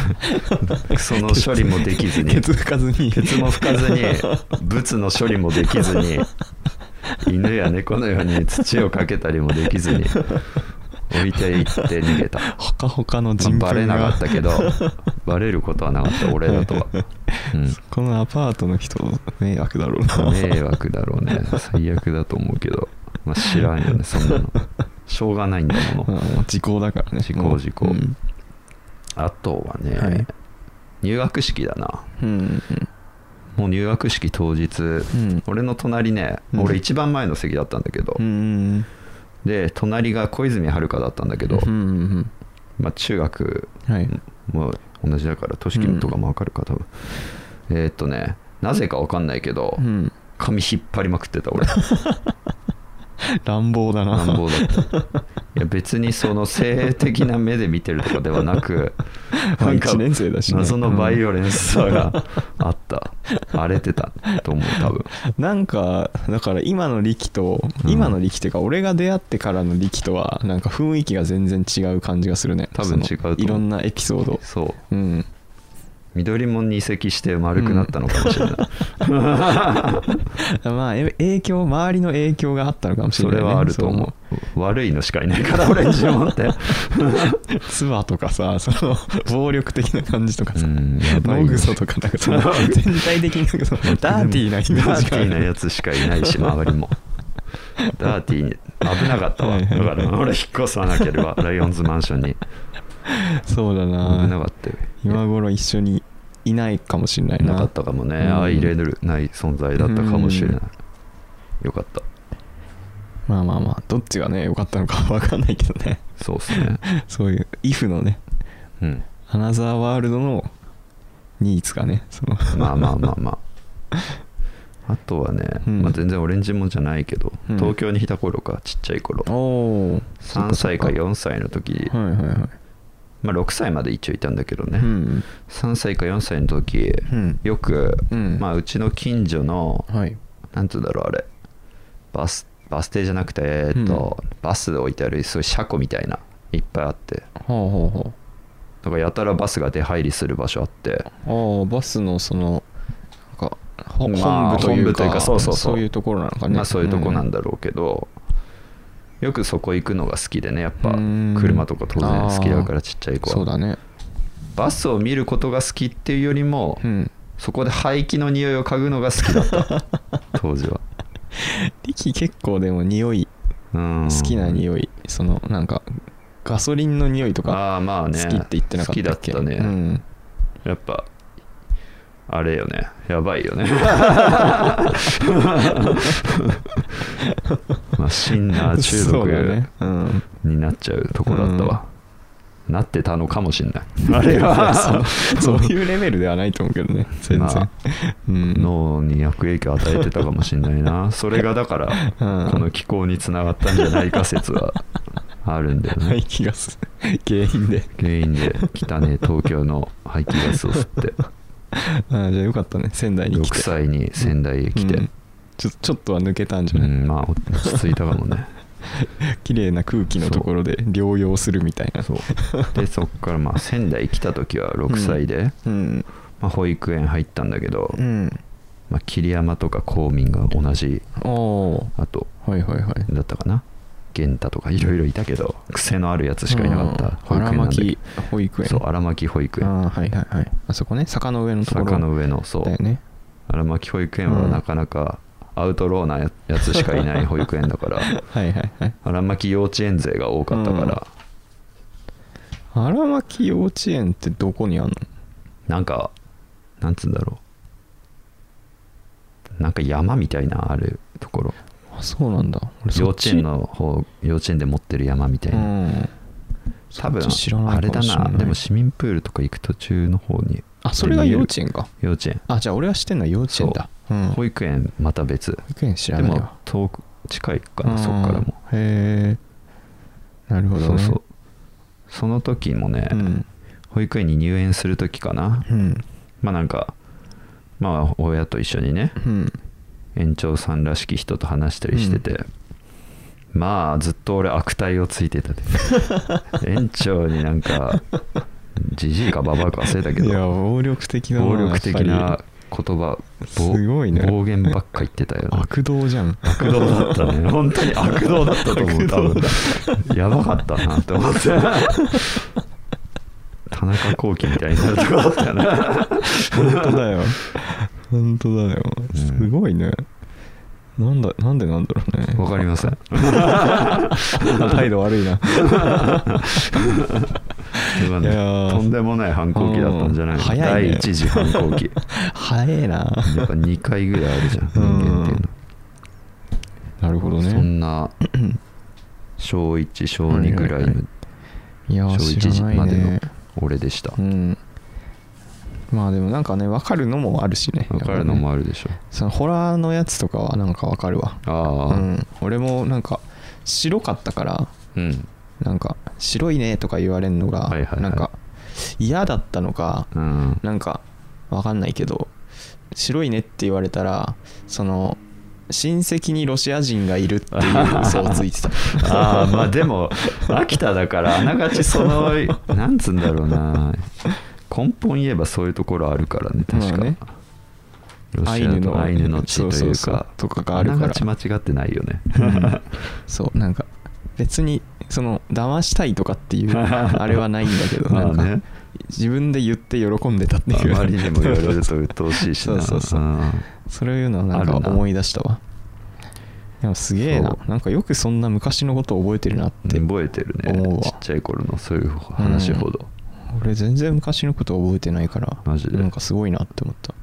Speaker 4: (laughs) その処理もでき
Speaker 3: (laughs)
Speaker 4: ずに
Speaker 3: ケツ吹かずに
Speaker 4: ケツも吹かずに
Speaker 3: (laughs)
Speaker 4: 物の処理もできずに犬や猫のように土をかけたりもできずに置いていって逃げた、ま
Speaker 3: ほかほかの
Speaker 4: あ
Speaker 3: 人
Speaker 4: バ
Speaker 3: 糞
Speaker 4: レなか
Speaker 3: が
Speaker 4: ったけどバレることはなかった俺
Speaker 3: (laughs)
Speaker 4: だとは、うん
Speaker 3: このアパートの人迷惑だろうな
Speaker 4: 迷惑だろうね最悪だと思うけど、まあ、知らんよねそんなのしょうがないんだも
Speaker 3: うん
Speaker 4: の、
Speaker 3: もう時効だからね
Speaker 4: 時効時効
Speaker 3: うん
Speaker 4: あとはね、
Speaker 3: はい
Speaker 4: 入学式だな
Speaker 3: うん
Speaker 4: もう入学式当日、
Speaker 3: ん
Speaker 4: 俺の隣ね、
Speaker 3: うん
Speaker 4: 俺一番前の席だったんだけど、
Speaker 3: うん
Speaker 4: で隣が小泉遥香だったんだけど、
Speaker 3: うんうん
Speaker 4: まあ、中学
Speaker 3: うんはい
Speaker 4: も同じだから都市圏とかも分かるか多分、えーっとねなぜか分かんないけど、
Speaker 3: うん (laughs)
Speaker 4: 髪引っ張りまくってた俺
Speaker 3: 乱暴だな (laughs)
Speaker 4: 乱暴だったいや別にその性的な目で見てるとかではなく
Speaker 3: (laughs) まあ
Speaker 4: なんか
Speaker 3: 一年生だしね
Speaker 4: 謎のバイオレンスさが (laughs) あった荒れてたと思う多分
Speaker 3: なんかだから今の力と
Speaker 4: うん
Speaker 3: 今の力っていうか俺が出会ってからの力とはなんか雰囲気が全然違う感じがするね
Speaker 4: 多分
Speaker 3: その
Speaker 4: 違うと思う
Speaker 3: いろんなエピソード
Speaker 4: そう
Speaker 3: うん
Speaker 4: 緑もんに移籍して丸くなったのかもしれない、
Speaker 3: まあえ影響周りの影響があったのかもしれ
Speaker 4: そ
Speaker 3: ない、ね、
Speaker 4: れはあると思う悪いのしかいない
Speaker 3: (laughs)
Speaker 4: からオレンジもんって
Speaker 3: そうツアーとかさその暴力的な感じとかさ
Speaker 4: うんやばい
Speaker 3: ノグソとかなんかその全体的になんかそ
Speaker 4: (laughs)
Speaker 3: のダーティーなイメー
Speaker 4: ダー
Speaker 3: ジ
Speaker 4: テ
Speaker 3: があ
Speaker 4: ィーな
Speaker 3: る
Speaker 4: やつしかいないし周りもダーティーに危なかったわ
Speaker 3: はい
Speaker 4: だ
Speaker 3: は
Speaker 4: か
Speaker 3: いはい
Speaker 4: ら俺引っ越さなければライオンズマンションに
Speaker 3: そうだ
Speaker 4: 危
Speaker 3: な
Speaker 4: なかったよ
Speaker 3: 今頃一緒にいないかもしれないな
Speaker 4: なかったかもね、
Speaker 3: うん
Speaker 4: 相入れない存在だったかもしれない、よかった
Speaker 3: まあまあまあどっちがね良かったのか (laughs) 分かんないけどね
Speaker 4: そうっすね
Speaker 3: そういう「if」のね
Speaker 4: うん
Speaker 3: 「アナザーワールド」のニーズがねその
Speaker 4: まあまあまあまああとはね、
Speaker 3: うん
Speaker 4: まあ、全然オレンジもんじゃないけど、
Speaker 3: うん
Speaker 4: 東京にいた頃かちっちゃい頃
Speaker 3: おお
Speaker 4: 3歳か4歳の時
Speaker 3: はいはいはい
Speaker 4: まあ、6歳まで一応いたんだけどね、
Speaker 3: うん
Speaker 4: 3歳か4歳の時、
Speaker 3: うん
Speaker 4: よく、
Speaker 3: うん
Speaker 4: まあ、うちの近所の
Speaker 3: はい
Speaker 4: なんて言うんだろうあれバスバス停じゃなくて、えーっとバスで置いてあるすごい車庫みたいないっぱいあって
Speaker 3: ほうほうほ
Speaker 4: なんかやたらバスが出入りする場所あって
Speaker 3: うああバスのそのなんかほ
Speaker 4: まあ
Speaker 3: 本部とい
Speaker 4: 本
Speaker 3: う
Speaker 4: 部という
Speaker 3: か
Speaker 4: かそうそうそう
Speaker 3: いうところなのかね
Speaker 4: まあそういうとこなん
Speaker 3: だ
Speaker 4: だろうけど、よくそこ行くのが好きでねやっぱ
Speaker 3: うん
Speaker 4: 車とか当然好きだか
Speaker 3: あー
Speaker 4: らちっちゃい子
Speaker 3: そう
Speaker 4: は
Speaker 3: だね
Speaker 4: バスを見ることが好きっていうよりも、
Speaker 3: うん
Speaker 4: そこで排気の匂いを嗅ぐのが好きだった
Speaker 3: (laughs)
Speaker 4: 当時は、
Speaker 3: 力結構でも匂い
Speaker 4: うん、
Speaker 3: 好きな匂いそのなんかガソリンの匂いとか
Speaker 4: ああまあ
Speaker 3: 好
Speaker 4: ね
Speaker 3: きって言ってなかったっけ
Speaker 4: 好きだった
Speaker 3: う
Speaker 4: ね、
Speaker 3: ん
Speaker 4: やっぱあれよねやば
Speaker 3: (laughs)
Speaker 4: いよねまあシ
Speaker 3: (laughs)
Speaker 4: ンナー中
Speaker 3: そうだ
Speaker 4: 毒
Speaker 3: ねうん
Speaker 4: になっちゃうとこだったわ、なってたのかもしんないあ
Speaker 3: い
Speaker 4: れ (laughs)
Speaker 3: やそ
Speaker 4: は
Speaker 3: うそういうレベルではないと思うけどね全然、
Speaker 4: (laughs) まあ
Speaker 3: うん
Speaker 4: 脳に悪影響与えてたかもしんないなそれがだから
Speaker 3: うん
Speaker 4: この気候につながったんじゃないか説はあるんだよね
Speaker 3: 排気ガス原因で
Speaker 4: 原因で汚ね東京の排気ガスを吸って
Speaker 3: ああじゃあよかったね仙台に
Speaker 4: 6
Speaker 3: 来て
Speaker 4: 歳に仙台へ来て、
Speaker 3: うんちょちょっとは抜けたんじ
Speaker 4: う
Speaker 3: ゃ
Speaker 4: ん
Speaker 3: ない、
Speaker 4: まあ落ち着いたかも
Speaker 3: (laughs)
Speaker 4: ね
Speaker 3: 綺麗な空気のところで療養するみたいな
Speaker 4: そうでそっからまあ仙台来た時は6歳で、
Speaker 3: うん
Speaker 4: まあ、保育園入ったんだけど、
Speaker 3: うん
Speaker 4: まあ、桐山とか公民が同じ
Speaker 3: おお
Speaker 4: あと
Speaker 3: ーはいはいはい
Speaker 4: だったかな源太とかいろいろいたけど癖のあるやつしかいなかった保
Speaker 3: うん
Speaker 4: 育
Speaker 3: 荒
Speaker 4: 園なんだけ
Speaker 3: 牧
Speaker 4: ど
Speaker 3: 保育園
Speaker 4: そう荒牧保育園
Speaker 3: ああはいはいはいあそこね坂の上のところ
Speaker 4: 坂の上のそう
Speaker 3: だよね
Speaker 4: 荒牧保育園はなかなかアウトローなややつしかいない保育園だから
Speaker 3: (laughs) はいはいはい
Speaker 4: 荒牧幼稚園勢が多かったから、
Speaker 3: 荒牧幼稚園ってどこにあんの
Speaker 4: なんかなんつうんだろうなんか山みたいなあるところ
Speaker 3: あそうなんだ俺
Speaker 4: 幼
Speaker 3: そっ
Speaker 4: 稚
Speaker 3: ち
Speaker 4: 園の方幼稚園で持ってる山みたいうな、
Speaker 3: ん
Speaker 4: 多分
Speaker 3: そっち知らない
Speaker 4: あれだ
Speaker 3: かもしれ
Speaker 4: な
Speaker 3: ない
Speaker 4: でも市民プールとか行く途中の方に
Speaker 3: あそれが
Speaker 4: 見える
Speaker 3: 幼稚園か
Speaker 4: 幼稚園
Speaker 3: あじゃあ俺はしてんのは幼稚園だうん
Speaker 4: 保育園また別
Speaker 3: 育園知ら
Speaker 4: で
Speaker 3: ない
Speaker 4: も
Speaker 3: わ
Speaker 4: 遠く近いかなそっからも
Speaker 3: うんへえなるほどね
Speaker 4: そうそうその時もね、
Speaker 3: うん
Speaker 4: 保育園に入園する時かな、
Speaker 3: うん
Speaker 4: まあなんかまあ親と一緒にね
Speaker 3: うん
Speaker 4: 園長さんらしき人と話したりしてて、まあずっと俺悪態をつい
Speaker 3: (laughs)
Speaker 4: てたで園長になんかじじいかばばか忘れたけ
Speaker 3: いや
Speaker 4: ど
Speaker 3: 暴力的だな
Speaker 4: 暴力的
Speaker 3: やっ
Speaker 4: な
Speaker 3: ぱ
Speaker 4: 言葉ぼ
Speaker 3: すごいね
Speaker 4: 暴言ばっか言ってたよ
Speaker 3: り悪道
Speaker 4: (laughs)
Speaker 3: じゃん
Speaker 4: 悪道だったね (laughs) 本当に悪道だったと思う多分やばかったなって思って田中幸喜みたいになるとこだった
Speaker 3: (laughs)
Speaker 4: よね
Speaker 3: 本当だよ本当だよすごいねなんだなんでなんだろうね
Speaker 4: わかりません
Speaker 3: 態度悪いな
Speaker 4: 今
Speaker 3: いや
Speaker 4: ね
Speaker 3: ー
Speaker 4: とんでもない反抗期だったんじゃないの
Speaker 3: うん早いね
Speaker 4: 第一次反抗期
Speaker 3: 早えな
Speaker 4: やっぱ2回ぐらいあるじゃん人間っていう
Speaker 3: なるほど
Speaker 4: の、そ
Speaker 3: ね
Speaker 4: んな小1小2ぐらいの
Speaker 3: いや
Speaker 4: 小
Speaker 3: 知ら
Speaker 4: 1
Speaker 3: ない
Speaker 4: までの
Speaker 3: ね
Speaker 4: 俺でした
Speaker 3: うんまあでもなんかね分かるのもあるしね
Speaker 4: 分かるのも
Speaker 3: ある
Speaker 4: あるでしょ
Speaker 3: そのホラーのやつとかはなんか分かるわ
Speaker 4: ああ
Speaker 3: うん、俺もなんか白かったから
Speaker 4: うん
Speaker 3: なんか「白いね」とか言われるのが
Speaker 4: はいはいはい
Speaker 3: なんか嫌だったのか
Speaker 4: うん
Speaker 3: なんかわかんないけど白いねって言われたらその親戚にロシア人がいるっていう嘘をついてた
Speaker 4: ああまあでも秋田だからあながちそのなんつうんだろうな根本言えばそういうところあるからね確か、
Speaker 3: まあね
Speaker 4: ロシアとアイヌの地と
Speaker 3: そ
Speaker 4: いうう
Speaker 3: そうそう
Speaker 4: か
Speaker 3: とかがあるから
Speaker 4: ながち間違ってないよね (laughs)
Speaker 3: そうなんか別にその騙したいとかっていう
Speaker 4: (laughs)
Speaker 3: あれはないんだけどなん
Speaker 4: まあ
Speaker 3: か
Speaker 4: ね
Speaker 3: 自分で言って喜んでたって
Speaker 4: あ
Speaker 3: いう
Speaker 4: まりにもいろいろと鬱陶しいしな
Speaker 3: そうそうそう
Speaker 4: うん
Speaker 3: (laughs) それを言うのはなん
Speaker 4: あ
Speaker 3: か
Speaker 4: るな
Speaker 3: 思い出したわでもすげえな
Speaker 4: そ
Speaker 3: なんかよくそんな昔のことを覚えてるなって
Speaker 4: 覚えてる
Speaker 3: 思う
Speaker 4: ね
Speaker 3: わ
Speaker 4: ちっちゃい頃のそういう話ほど、
Speaker 3: 俺全然昔のこと覚えてないから
Speaker 4: マジで
Speaker 3: なんかすごいなって思った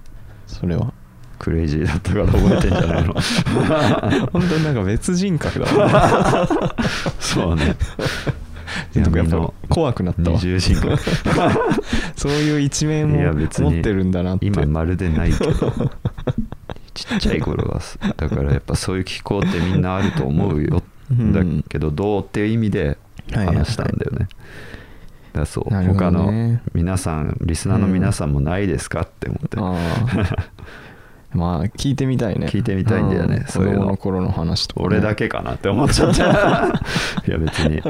Speaker 3: それは
Speaker 4: クレイジーだったから覚えてんじゃないの
Speaker 3: (laughs) 本当になんか別人格だ (laughs) わ
Speaker 4: そうね
Speaker 3: ちょっとやっ
Speaker 4: 闇
Speaker 3: ぱ
Speaker 4: の
Speaker 3: 怖くなった
Speaker 4: 二
Speaker 3: わ
Speaker 4: 重人格
Speaker 3: (laughs) そういう一面も
Speaker 4: いや
Speaker 3: 持っ
Speaker 4: 別に
Speaker 3: てるんだなって
Speaker 4: 今まるでな
Speaker 3: (laughs)
Speaker 4: いけどちっちゃい頃はすだからやっぱそういう気候ってみんなあると思うよ、
Speaker 3: うん
Speaker 4: だけどどうっていう意味で
Speaker 3: はいはいはい
Speaker 4: 話したんだよね、だからそう、
Speaker 3: なるほ
Speaker 4: 他
Speaker 3: どね
Speaker 4: の皆さんリスナーの皆さんもないですかって思って、
Speaker 3: あ
Speaker 4: (laughs)
Speaker 3: あまあ聞いてみたいね
Speaker 4: 聞いてみたいんだよね
Speaker 3: うん
Speaker 4: そういうの
Speaker 3: 子供の頃の話とかね、
Speaker 4: 俺だけかなって思っちゃった
Speaker 3: (laughs)
Speaker 4: いや別に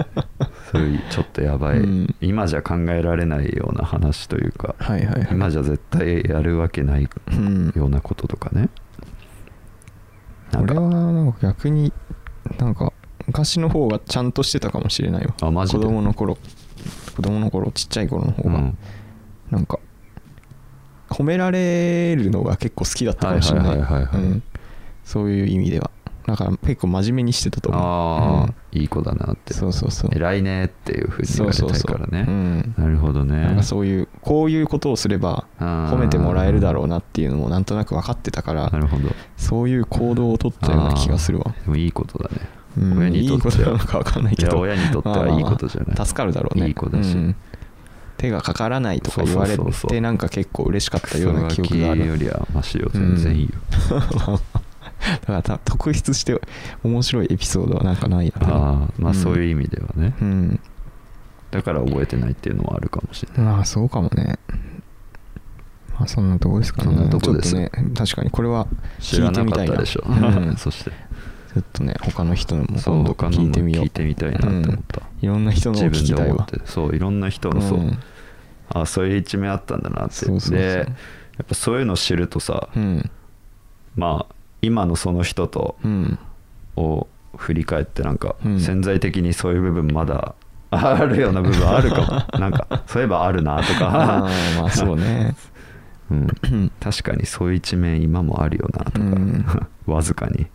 Speaker 4: そういうちょっとやばい、
Speaker 3: うん
Speaker 4: 今じゃ考えられないような話というか、
Speaker 3: はいはいはい
Speaker 4: 今じゃ絶対やるわけない
Speaker 3: うん
Speaker 4: ようなこととかね、なん
Speaker 3: 俺
Speaker 4: か
Speaker 3: はなんか逆になんか昔の方がちゃんとしてたかもしれないわ
Speaker 4: あマジで
Speaker 3: 子供の頃子供の頃ちっちゃい頃の方
Speaker 4: う
Speaker 3: が、
Speaker 4: ん
Speaker 3: なんか褒められるのが結構好きだったかもしれない
Speaker 4: はいはいはいはいはい
Speaker 3: うんそういう意味ではだから結構真面目にしてたと思う
Speaker 4: ああ、
Speaker 3: うん
Speaker 4: いい子だなって
Speaker 3: そうそうそう
Speaker 4: 偉いねっていうふうに言
Speaker 3: そ
Speaker 4: わ
Speaker 3: う
Speaker 4: れ
Speaker 3: そ
Speaker 4: た
Speaker 3: う
Speaker 4: い
Speaker 3: そ
Speaker 4: か
Speaker 3: う
Speaker 4: ら
Speaker 3: う
Speaker 4: ね
Speaker 3: ん
Speaker 4: なるほど
Speaker 3: なん
Speaker 4: ね
Speaker 3: かそういうこういうことをすれば
Speaker 4: あー
Speaker 3: 褒めてもらえるだろうなっていうのもなんとなく分かってたから
Speaker 4: なるほどで
Speaker 3: そういう行動をとったような気がするわ
Speaker 4: もいいことだね、
Speaker 3: うん
Speaker 4: 親にとって
Speaker 3: いいことな
Speaker 4: は
Speaker 3: のかわかんないけど
Speaker 4: いや親にとってはいいことじゃない、
Speaker 3: 助かるだろうね
Speaker 4: いい子だし、
Speaker 3: うん手がかからないとか言われ
Speaker 4: そうそうそうそ
Speaker 3: て
Speaker 4: う
Speaker 3: なんか結構嬉しかったような記
Speaker 4: クソ
Speaker 3: 憶があ
Speaker 4: ガキ
Speaker 3: る
Speaker 4: よりはマシよ全然いいよ、
Speaker 3: だからた特筆して面白いエピソードはなんかないな
Speaker 4: ああま
Speaker 3: う
Speaker 4: あ
Speaker 3: ん
Speaker 4: そういう意味ではね、
Speaker 3: うん
Speaker 4: だから覚えてないっていうのもあるかもしれない
Speaker 3: まあそうかもねまあそんなとこですかね
Speaker 4: そんなとこです
Speaker 3: ちょっとね確かにこれは
Speaker 4: 知
Speaker 3: 聞
Speaker 4: ら
Speaker 3: いて
Speaker 4: な
Speaker 3: み
Speaker 4: か
Speaker 3: た
Speaker 4: っ
Speaker 3: いな
Speaker 4: たでしょ、
Speaker 3: うん
Speaker 4: (laughs) そして
Speaker 3: ちょっとね他の人のも
Speaker 4: そう
Speaker 3: 今度
Speaker 4: 他の
Speaker 3: 聞い
Speaker 4: も
Speaker 3: てみよ
Speaker 4: 聞
Speaker 3: う
Speaker 4: いてみたいなって思った、
Speaker 3: いろんな人のを
Speaker 4: 自
Speaker 3: 聞
Speaker 4: 分
Speaker 3: き
Speaker 4: で
Speaker 3: たい
Speaker 4: 思っ
Speaker 3: わ
Speaker 4: てそういろんな人のそう、
Speaker 3: うん
Speaker 4: あそういう一面あったんだなって
Speaker 3: そうそうそう
Speaker 4: でやっぱそういうの知るとさ、
Speaker 3: うん
Speaker 4: まあ今のその人と
Speaker 3: うん
Speaker 4: を振り返ってなんか
Speaker 3: うん
Speaker 4: 潜在的にそういう部分まだ (laughs) あるような部分あるか
Speaker 3: (laughs)
Speaker 4: もなんかそういえばあるなと
Speaker 3: あ
Speaker 4: か、
Speaker 3: あまあそうね
Speaker 4: (laughs) うん、確かにそういう一面今もあるよなとか、
Speaker 3: うん
Speaker 4: (laughs) わずかに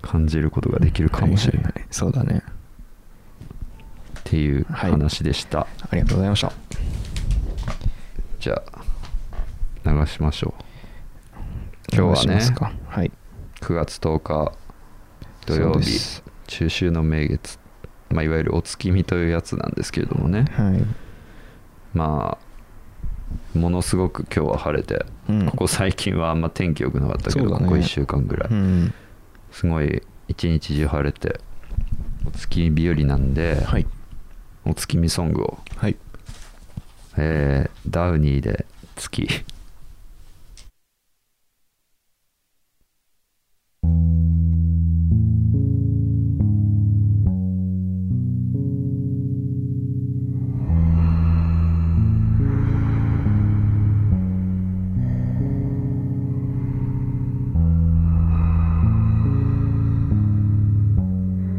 Speaker 4: 感じることができるかもしれない
Speaker 3: はははそうだね
Speaker 4: っていう話でした、
Speaker 3: ありがとうございました
Speaker 4: じゃあ流しましょう今日は
Speaker 3: どうします
Speaker 4: ね
Speaker 3: かはい
Speaker 4: 9月10日土曜
Speaker 3: そうで
Speaker 4: 日
Speaker 3: す
Speaker 4: 中秋の名月、まあ、いわゆるお月見というやつなんですけれどもね
Speaker 3: はい
Speaker 4: まあものすごく今日は晴れて、
Speaker 3: うん
Speaker 4: ここ最近はあんま天気良くなかったけ
Speaker 3: そ
Speaker 4: ど、
Speaker 3: うだ
Speaker 4: こ
Speaker 3: ね
Speaker 4: こ1週間ぐらい、
Speaker 3: うん
Speaker 4: すごい一日中晴れてお月見日和なんで、
Speaker 3: はい
Speaker 4: お月見ソングを、
Speaker 3: はい
Speaker 4: えーダウニーで
Speaker 3: (laughs)
Speaker 4: 月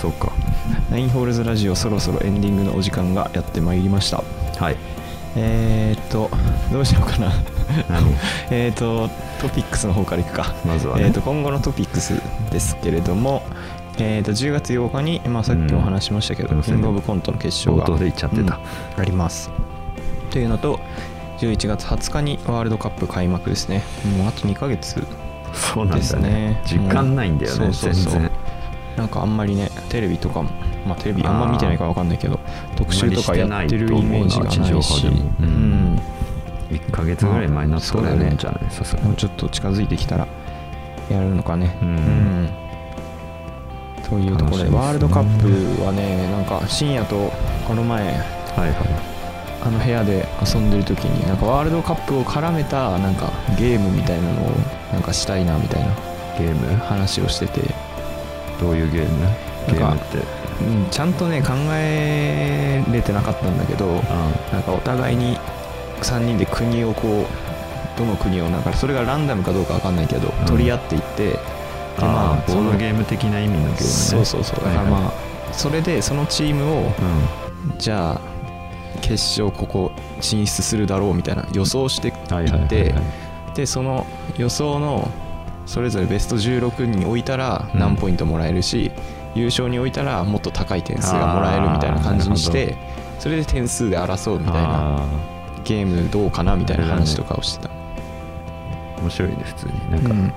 Speaker 4: そう (laughs) か
Speaker 3: ナインホールズラジオそろそろエンディングのお時間がやってまいりました
Speaker 4: はい
Speaker 3: えー、っとどうしようかな (laughs)
Speaker 4: 何
Speaker 3: えーっとトピックスの方からいくか
Speaker 4: まずはね
Speaker 3: えーっと今後のトピックスですけれどもえーっと10月8日に、まあ、さっきも話しましたけど、
Speaker 4: うん
Speaker 3: キングオブコントの決勝
Speaker 4: 冒
Speaker 3: が
Speaker 4: 頭で言っちゃってた、
Speaker 3: うんありますというのと11月20日にワールドカップ開幕ですねもうあと2ヶ月
Speaker 4: そうなん
Speaker 3: で
Speaker 4: だ
Speaker 3: す
Speaker 4: ね
Speaker 3: ね
Speaker 4: 時間ないんだよね、
Speaker 3: うんそうそうそう
Speaker 4: 全然
Speaker 3: なんかあんまりねテレビとかもまあテレビあんま見てないから分かんないけど特集とかやってるイメージが
Speaker 4: あんま
Speaker 3: ない
Speaker 4: りし
Speaker 3: して
Speaker 4: ないと思うな地上波で
Speaker 3: う
Speaker 4: も
Speaker 3: ん
Speaker 4: 1か月ぐらい前になったらやるんじゃないさすが
Speaker 3: もう
Speaker 4: に
Speaker 3: ちょっと近づいてきたらやるのかね
Speaker 4: うん
Speaker 3: うんというところ
Speaker 4: 楽しみで
Speaker 3: です
Speaker 4: ね
Speaker 3: ワールドカップはねなんか深夜とこの前
Speaker 4: はいは
Speaker 3: あの部屋で遊んでる時になんかワールドカップを絡めたなんかゲームみたいなのをなんかしたいなみたいない
Speaker 4: ゲーム
Speaker 3: 話をしてて、
Speaker 4: どういうゲームゲー
Speaker 3: なん
Speaker 4: ム
Speaker 3: か
Speaker 4: って
Speaker 3: うん、ちゃんとね考えれてなかったんだけど
Speaker 4: あ
Speaker 3: なんかお互いに3人で国をこうどの国をなんかそれがランダムかどうかわかんないけど、
Speaker 4: うん
Speaker 3: 取り合っていってで
Speaker 4: あーボードゲーム的な意味のゲームね
Speaker 3: そうそうそうだから
Speaker 4: はい
Speaker 3: ま
Speaker 4: は
Speaker 3: あそれでそのチームをじゃあ決勝ここ進出するだろうみたいな予想してい
Speaker 4: うんはいはいはいはい
Speaker 3: ってでその予想のそれぞれベスト16に置いたら
Speaker 4: うん
Speaker 3: 何ポイントもらえるし、優勝に置いたらもっと高い点数がもらえるみたいな感じにし
Speaker 4: あーな
Speaker 3: てそれで点数で争うみたいな
Speaker 4: あ
Speaker 3: ゲームどうかなみたいな話とかをしてた、
Speaker 4: あ面白いね普通になんか、
Speaker 3: うん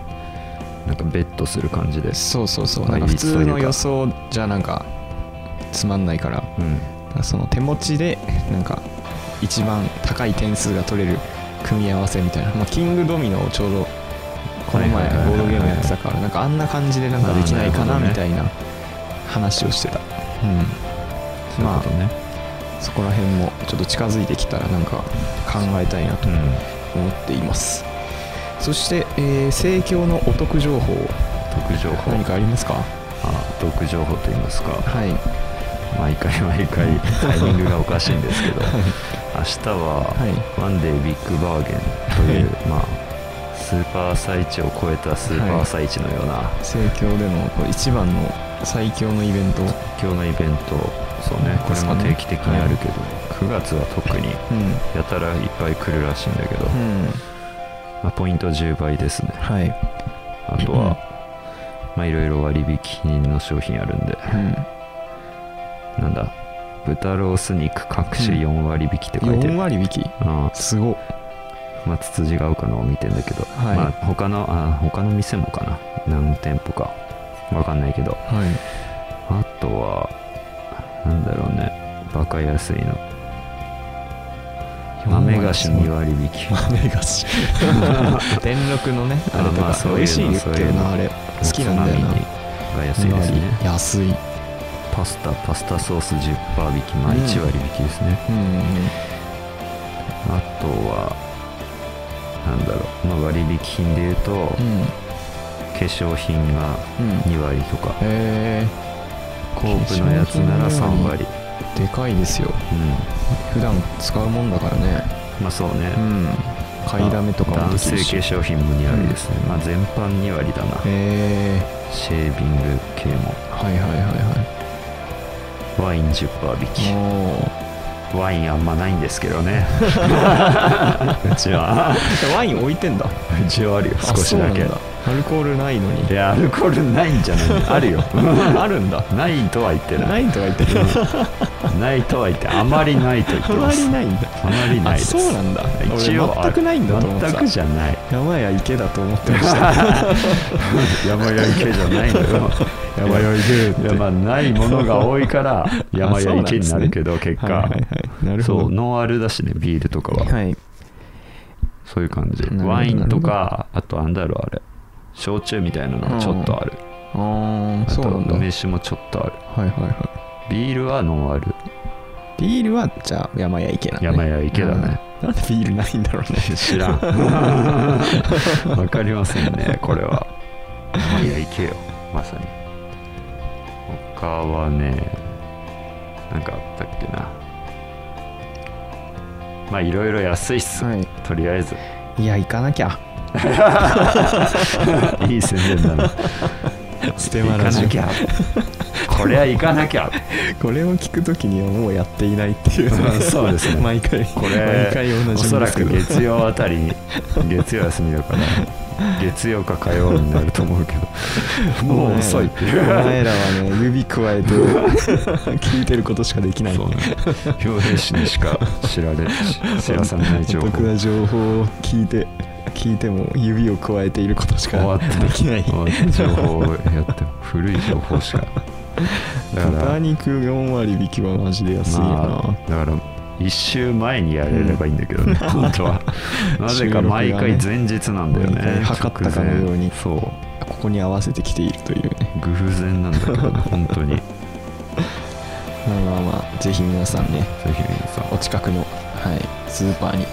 Speaker 4: なんかベッドする感じで
Speaker 3: そうそうそう
Speaker 4: まあ
Speaker 3: なんか普通の
Speaker 4: いい
Speaker 3: 予
Speaker 4: ス
Speaker 3: 想じゃなんかつまんないから
Speaker 4: うん
Speaker 3: その手持ちでなんか一番高い点数が取れる組み合わせみたいな、まあ、キングドミノをちょうどこの前ボ
Speaker 4: はいはいはいはい
Speaker 3: ードゲームやってたからなんかあんな感じでなんかできないか
Speaker 4: あ
Speaker 3: な
Speaker 4: ーなるほどね
Speaker 3: みたいな話をしてた、うん、ま
Speaker 4: そういう
Speaker 3: あそこら辺もちょっと近づいてきたらなんか考えたいな
Speaker 4: こと
Speaker 3: と
Speaker 4: ね
Speaker 3: 思っていますそして、えー盛況のお得情報
Speaker 4: うん特情報
Speaker 3: 何かありますか
Speaker 4: あ毒情報と言いますか
Speaker 3: はい
Speaker 4: 毎回毎 (laughs) 回タイミングがおかしいんですけど明日
Speaker 3: は
Speaker 4: はワンデービッグバーゲンという、
Speaker 3: は
Speaker 4: まあスーパー最地を超えたスーパー最地のような
Speaker 3: 盛況でのこう一番の最強のイベント
Speaker 4: 今日のイベントそうねこれも定期的にあるけど、9月は特
Speaker 3: う
Speaker 4: に
Speaker 3: ん
Speaker 4: やたらいっぱい来るらしいんだけど、
Speaker 3: うん
Speaker 4: まあ、ポイント10倍ですね
Speaker 3: はい、
Speaker 4: あとは、まあいろいろ割引品の商品あるんで、なんだ豚ロース肉各種4割引きって書いて
Speaker 3: 4
Speaker 4: る、
Speaker 3: 割引き
Speaker 4: うん
Speaker 3: すご
Speaker 4: まあ、つつじが丘のを見てんだけど、
Speaker 3: はい
Speaker 4: まあ、他のあ他の店もかな何店舗かわかんないけど
Speaker 3: はい
Speaker 4: あとはなんだろうねバカ安いの豆菓子2割
Speaker 3: (laughs)
Speaker 4: 引き
Speaker 3: 豆菓子電力のねあれと
Speaker 4: まあ
Speaker 3: か
Speaker 4: そう
Speaker 3: 美
Speaker 4: いうの
Speaker 3: 味しいけ
Speaker 4: そうい
Speaker 3: ど
Speaker 4: うの
Speaker 3: なあれ好きなんだよな
Speaker 4: おつまみにが安いで
Speaker 3: 二
Speaker 4: すね
Speaker 3: 割安いうん
Speaker 4: パスタパスタソース10%引きまあ
Speaker 3: うん
Speaker 4: 1割引きですね、
Speaker 3: うん
Speaker 4: あとはなんだろう、まあ、割引品でいうと、化
Speaker 3: うん
Speaker 4: 粧品が
Speaker 3: うん
Speaker 4: 2割とか
Speaker 3: え
Speaker 4: コープのやつなら3割
Speaker 3: ー、でかいですよ
Speaker 4: う
Speaker 3: 普段使うもんだからね
Speaker 4: んまあそうね、
Speaker 3: うん買いだめとかも
Speaker 4: 男
Speaker 3: でき
Speaker 4: 性
Speaker 3: る
Speaker 4: 化
Speaker 3: し
Speaker 4: 粧品も2割ですね、まあ全般2割だな
Speaker 3: え
Speaker 4: シェービング系も
Speaker 3: ー、はいはいはいはい
Speaker 4: ワイン10%引き
Speaker 3: おー
Speaker 4: ワインあんまないんですけ
Speaker 3: (laughs)
Speaker 4: どねうちは
Speaker 3: ワイン置いてんだ
Speaker 4: うちはあるよ少しだけ
Speaker 3: あそうなんアルコールないのに
Speaker 4: いやアルコールないんじゃないあるよ
Speaker 3: (laughs) あるんだ
Speaker 4: ないとは言ってな
Speaker 3: ないいとか言って (laughs) る
Speaker 4: ないとは言ってあまりないと言って
Speaker 3: あま
Speaker 4: ま
Speaker 3: り
Speaker 4: す
Speaker 3: ないんだ
Speaker 4: あまりない
Speaker 3: あ
Speaker 4: です
Speaker 3: そうなんだ
Speaker 4: 一応
Speaker 3: 俺全くないんだと思ってた
Speaker 4: 全くじゃない
Speaker 3: 山や池だと思ってました
Speaker 4: (laughs) 山や池じゃないのよ山や池っていやまあないものが多いから山や池になるけど結
Speaker 3: はいは
Speaker 4: 果
Speaker 3: いはいなるほ
Speaker 4: そう
Speaker 3: ど
Speaker 4: ノンアルだしねビールとかは
Speaker 3: はい
Speaker 4: そういう感じ
Speaker 3: なるほど
Speaker 4: ワインとかあとなんだろうあれ焼酎みたいなのがちょっとある
Speaker 3: あ
Speaker 4: あ
Speaker 3: あそうな
Speaker 4: と
Speaker 3: んだはい
Speaker 4: 梅酒もちょっとある
Speaker 3: はいは
Speaker 4: ビールはノンアル
Speaker 3: いビールはじゃあ山や池なんだ、ね、
Speaker 4: 山や池だね
Speaker 3: うんなんでビールないんだろうね
Speaker 4: (laughs) 知らんわかりませんねこれはまあいや行けよまさに他はねなんかあったっけなまあいろいろ安いっす、
Speaker 3: は
Speaker 4: とりあえず
Speaker 3: いいや行かなきゃ
Speaker 4: いい宣伝だな
Speaker 3: ステ
Speaker 4: (laughs) 行
Speaker 3: マ
Speaker 4: か
Speaker 3: ラジ
Speaker 4: な
Speaker 3: オ
Speaker 4: きゃこれは行かなきゃ
Speaker 3: これを聞くときにはもうやっていないっていう
Speaker 4: うんそうですね
Speaker 3: 毎回
Speaker 4: これ
Speaker 3: 毎回同じ
Speaker 4: おそらく
Speaker 3: ですけど
Speaker 4: 月曜あたりに月曜休みだから月曜か火曜になると思うけどもう遅いっていう
Speaker 3: お前らはね指くわ
Speaker 4: (laughs)
Speaker 3: えて聞いてることしかできない
Speaker 4: そうね表兵士にしか知られ知らされない情
Speaker 3: お
Speaker 4: 報
Speaker 3: 得な情報を聞いて聞いても指を加えていることし
Speaker 4: 終わ
Speaker 3: か
Speaker 4: った
Speaker 3: できない
Speaker 4: 終わった情報をやって古い情報しかだから
Speaker 3: 豚肉4割引きはマジで安いよな、
Speaker 4: まあだから1週前にやれればいいんだけどね、本当はなぜか毎回前日なんだよ
Speaker 3: 収録が
Speaker 4: ね
Speaker 3: ね測ったかの
Speaker 4: 直前
Speaker 3: ように
Speaker 4: そう
Speaker 3: ここに合わせてきているというね
Speaker 4: 偶然なんだけど
Speaker 3: (laughs)
Speaker 4: ね本当にぜ
Speaker 3: まあまあまあぜひ皆さんね
Speaker 4: ひ皆さん
Speaker 3: お近くの、はい、スーパーに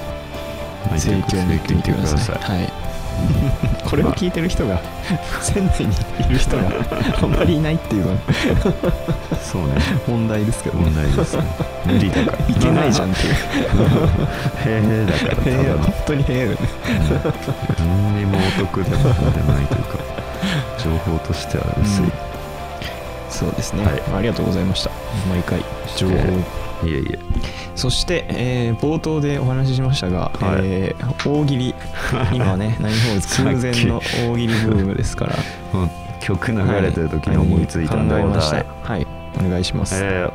Speaker 4: ぜ
Speaker 3: 請
Speaker 4: ひ
Speaker 3: 求を見てみてください。はい。
Speaker 4: (laughs)
Speaker 3: これを聞いてる人が、仙台にいる人があんまりいないっていうのは
Speaker 4: そうね
Speaker 3: 問題ですけど
Speaker 4: 問
Speaker 3: ね。
Speaker 4: 題ですね無理だから
Speaker 3: いけない
Speaker 4: (laughs)
Speaker 3: じゃんっていう。
Speaker 4: へえだからただ
Speaker 3: 平野
Speaker 4: の
Speaker 3: 本当に平野だね。
Speaker 4: 何にもお得でもなんでもないというか情報としては薄い、
Speaker 3: そうですね、
Speaker 4: はい
Speaker 3: ありがとうございました。毎回、情報。
Speaker 4: いえいえ
Speaker 3: そして、えー冒頭でお話ししましたが、
Speaker 4: はい
Speaker 3: えー大喜利、今は
Speaker 4: (laughs)
Speaker 3: ね、何ホール
Speaker 4: さっ
Speaker 3: 空
Speaker 4: き
Speaker 3: 前の大喜利ブームですから、
Speaker 4: もう曲流れてる時に思いついたんだ
Speaker 3: はい
Speaker 4: よ、
Speaker 3: 考えまし
Speaker 4: 題
Speaker 3: た。はい、お願いします。
Speaker 4: え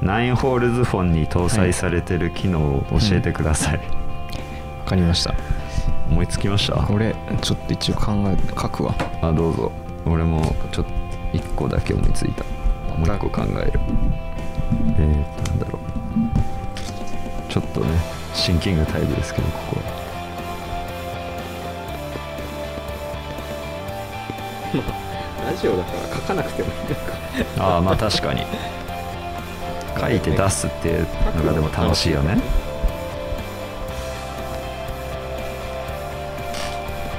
Speaker 4: ー、ナインホールズフォンに搭載されてる機能を教えてください、
Speaker 3: わかりました。
Speaker 4: 思いつきました
Speaker 3: これ、ちょっと一応考え、書くわ。
Speaker 4: あどうぞ俺もちょっと1個だけ思いついたもう1個考えるえー、なんだろうちょっとねシンキングタイムですけどここは
Speaker 3: (laughs) ラジオだから書かなくてもいい
Speaker 4: ああまあ確かに書いて出すっていうのがでも楽しいよね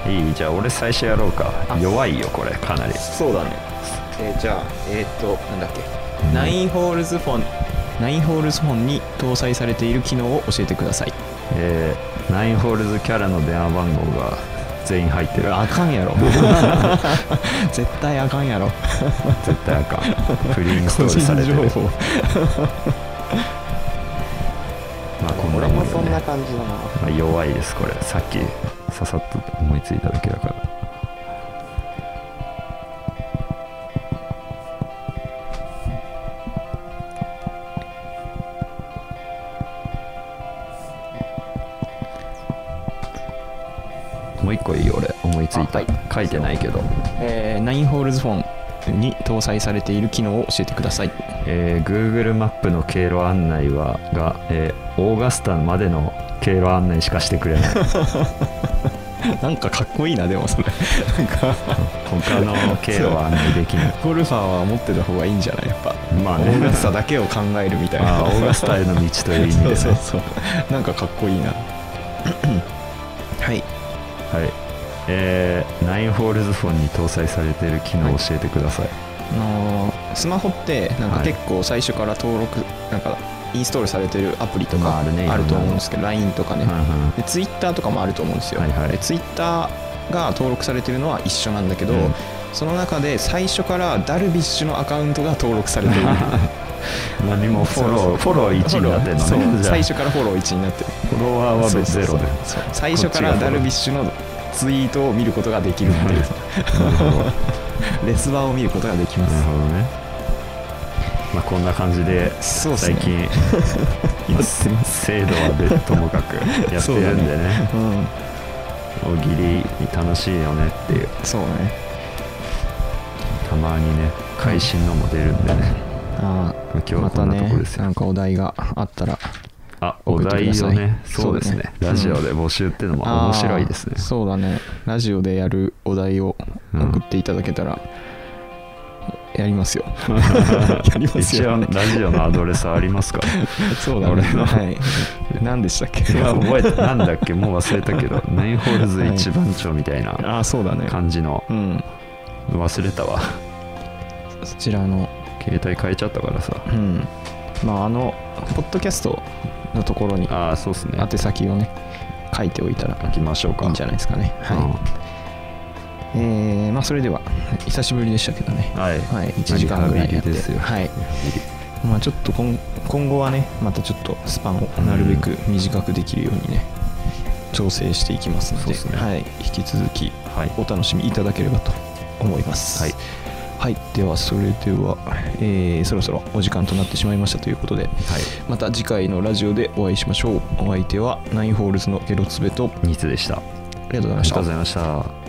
Speaker 4: いいじゃあ俺最初やろうか弱いよこれかなり
Speaker 3: そうだね、えーじゃあえーっとなんだっけ、ナインホールズフォンナインホールズフォンに搭載されている機能を教えてください
Speaker 4: えー、ナインホールズキャラの電話番号が全員入ってる
Speaker 3: あかんやろ (laughs) 絶対あかんや (laughs) ろ
Speaker 4: 絶対あ (laughs) かんフリーインストールされてるまあこんなもんよね
Speaker 3: 感じだな
Speaker 4: まあ、弱いですこれさっきささっと思いついただけだからもう一個いい俺思いついた、書いてないけど
Speaker 3: えーナインホールズフォンに搭載されている機能を教えてくださ (laughs) い
Speaker 4: えー Google マップの経路案内はが、えーオーガスタまでの経路案内しかしてくれない
Speaker 3: なんかかっこいいなでもそれ (laughs) なんか
Speaker 4: 他の経路は案内できない
Speaker 3: ゴルファーは持ってた方がいいんじゃないやっぱ
Speaker 4: まあ
Speaker 3: オ
Speaker 4: ね
Speaker 3: ーガスタだけを考えるみたい
Speaker 4: あ
Speaker 3: な
Speaker 4: ーオーガスタへの道という意味
Speaker 3: (laughs)
Speaker 4: で、
Speaker 3: そ
Speaker 4: ね、
Speaker 3: うそうそうなんかかっこいいな (laughs) はい
Speaker 4: はいえー、ナインホールズフォンに搭載されている機能を教えてください、
Speaker 3: あのースマホってなんか
Speaker 4: はい
Speaker 3: 結構最初から登録、なんかインストールされてるアプリと
Speaker 4: まあ
Speaker 3: か
Speaker 4: あるね
Speaker 3: あると
Speaker 4: いろんなの
Speaker 3: 思うんですけど LINE とかね、で Twitter とかもあると思うんですよ、
Speaker 4: はいはい
Speaker 3: で Twitter が登録されてるのは一緒なんだけど、
Speaker 4: うん
Speaker 3: その中で最初からダルビッシュのアカウントが登録されてる
Speaker 4: うんうん、何 (laughs) もフォローフォロー1になってるの
Speaker 3: そう
Speaker 4: ねじゃあ
Speaker 3: 最初からフォロー1になってる
Speaker 4: フォロワーは別ゼロで
Speaker 3: そう最初からダルビッシュのツイートを見ることができるっていう
Speaker 4: なるほどなる
Speaker 3: レスバーを見ることができます、
Speaker 4: ほどねまあこんな感じで
Speaker 3: そうっす
Speaker 4: 最
Speaker 3: ね
Speaker 4: 近
Speaker 3: やってます
Speaker 4: 制度は別ともかくやってるんでね
Speaker 3: うん
Speaker 4: 大喜利楽しいよねっていう
Speaker 3: そうね
Speaker 4: たまにね会心のも出るんでね
Speaker 3: ああ
Speaker 4: 今日は
Speaker 3: ま
Speaker 4: こ
Speaker 3: た
Speaker 4: んなとこ
Speaker 3: ね
Speaker 4: ですよ
Speaker 3: なんかお題があったら
Speaker 4: あお
Speaker 3: 送ってく
Speaker 4: 題
Speaker 3: ださ
Speaker 4: を
Speaker 3: い
Speaker 4: ねそうですね
Speaker 3: そうだね
Speaker 4: ラジオで募集ってのも面白いですね
Speaker 3: あーそうだねラジオでやるお題を
Speaker 4: うん
Speaker 3: 送っていただけたら、やり
Speaker 4: (laughs)
Speaker 3: ますよやります
Speaker 4: 一応
Speaker 3: よ
Speaker 4: ラジオのアドレスありますか
Speaker 3: そうだね
Speaker 4: 俺の
Speaker 3: はい何でしたっけ (laughs)
Speaker 4: いや覚えてなんだっけもう忘れたけどナインホールズ一番町みたいな
Speaker 3: ああそうだね
Speaker 4: 感じの
Speaker 3: うん
Speaker 4: 忘れたわ
Speaker 3: そちらの
Speaker 4: 携帯変えちゃったからさ
Speaker 3: うんまああのポッドキャストのところに
Speaker 4: ああそうっすね
Speaker 3: 宛先をね書いておいたら
Speaker 4: 書きましょうか
Speaker 3: いいんじゃないですかねはい、
Speaker 4: うん
Speaker 3: えーまあ、それでは久しぶりでしたけどね、
Speaker 4: はい
Speaker 3: はい、1時間ぐらいやって
Speaker 4: リハビリですよ
Speaker 3: はいまあ、ちょっと今今後はねまたちょっとスパンをなるべく短くできるようにね調整していきますの
Speaker 4: そう
Speaker 3: で
Speaker 4: ですね
Speaker 3: はい、引き続き
Speaker 4: はい
Speaker 3: お楽しみいただければと思います、
Speaker 4: はい
Speaker 3: はいではそれでは、えーそろそろお時間となってしまいましたということで、また次回のラジオでお会いしましょうお相手はナインホールズのゲロツベと
Speaker 4: ニーツでしたあ
Speaker 3: ありがとうございま
Speaker 4: り
Speaker 3: し
Speaker 4: がとう
Speaker 3: た
Speaker 4: ございました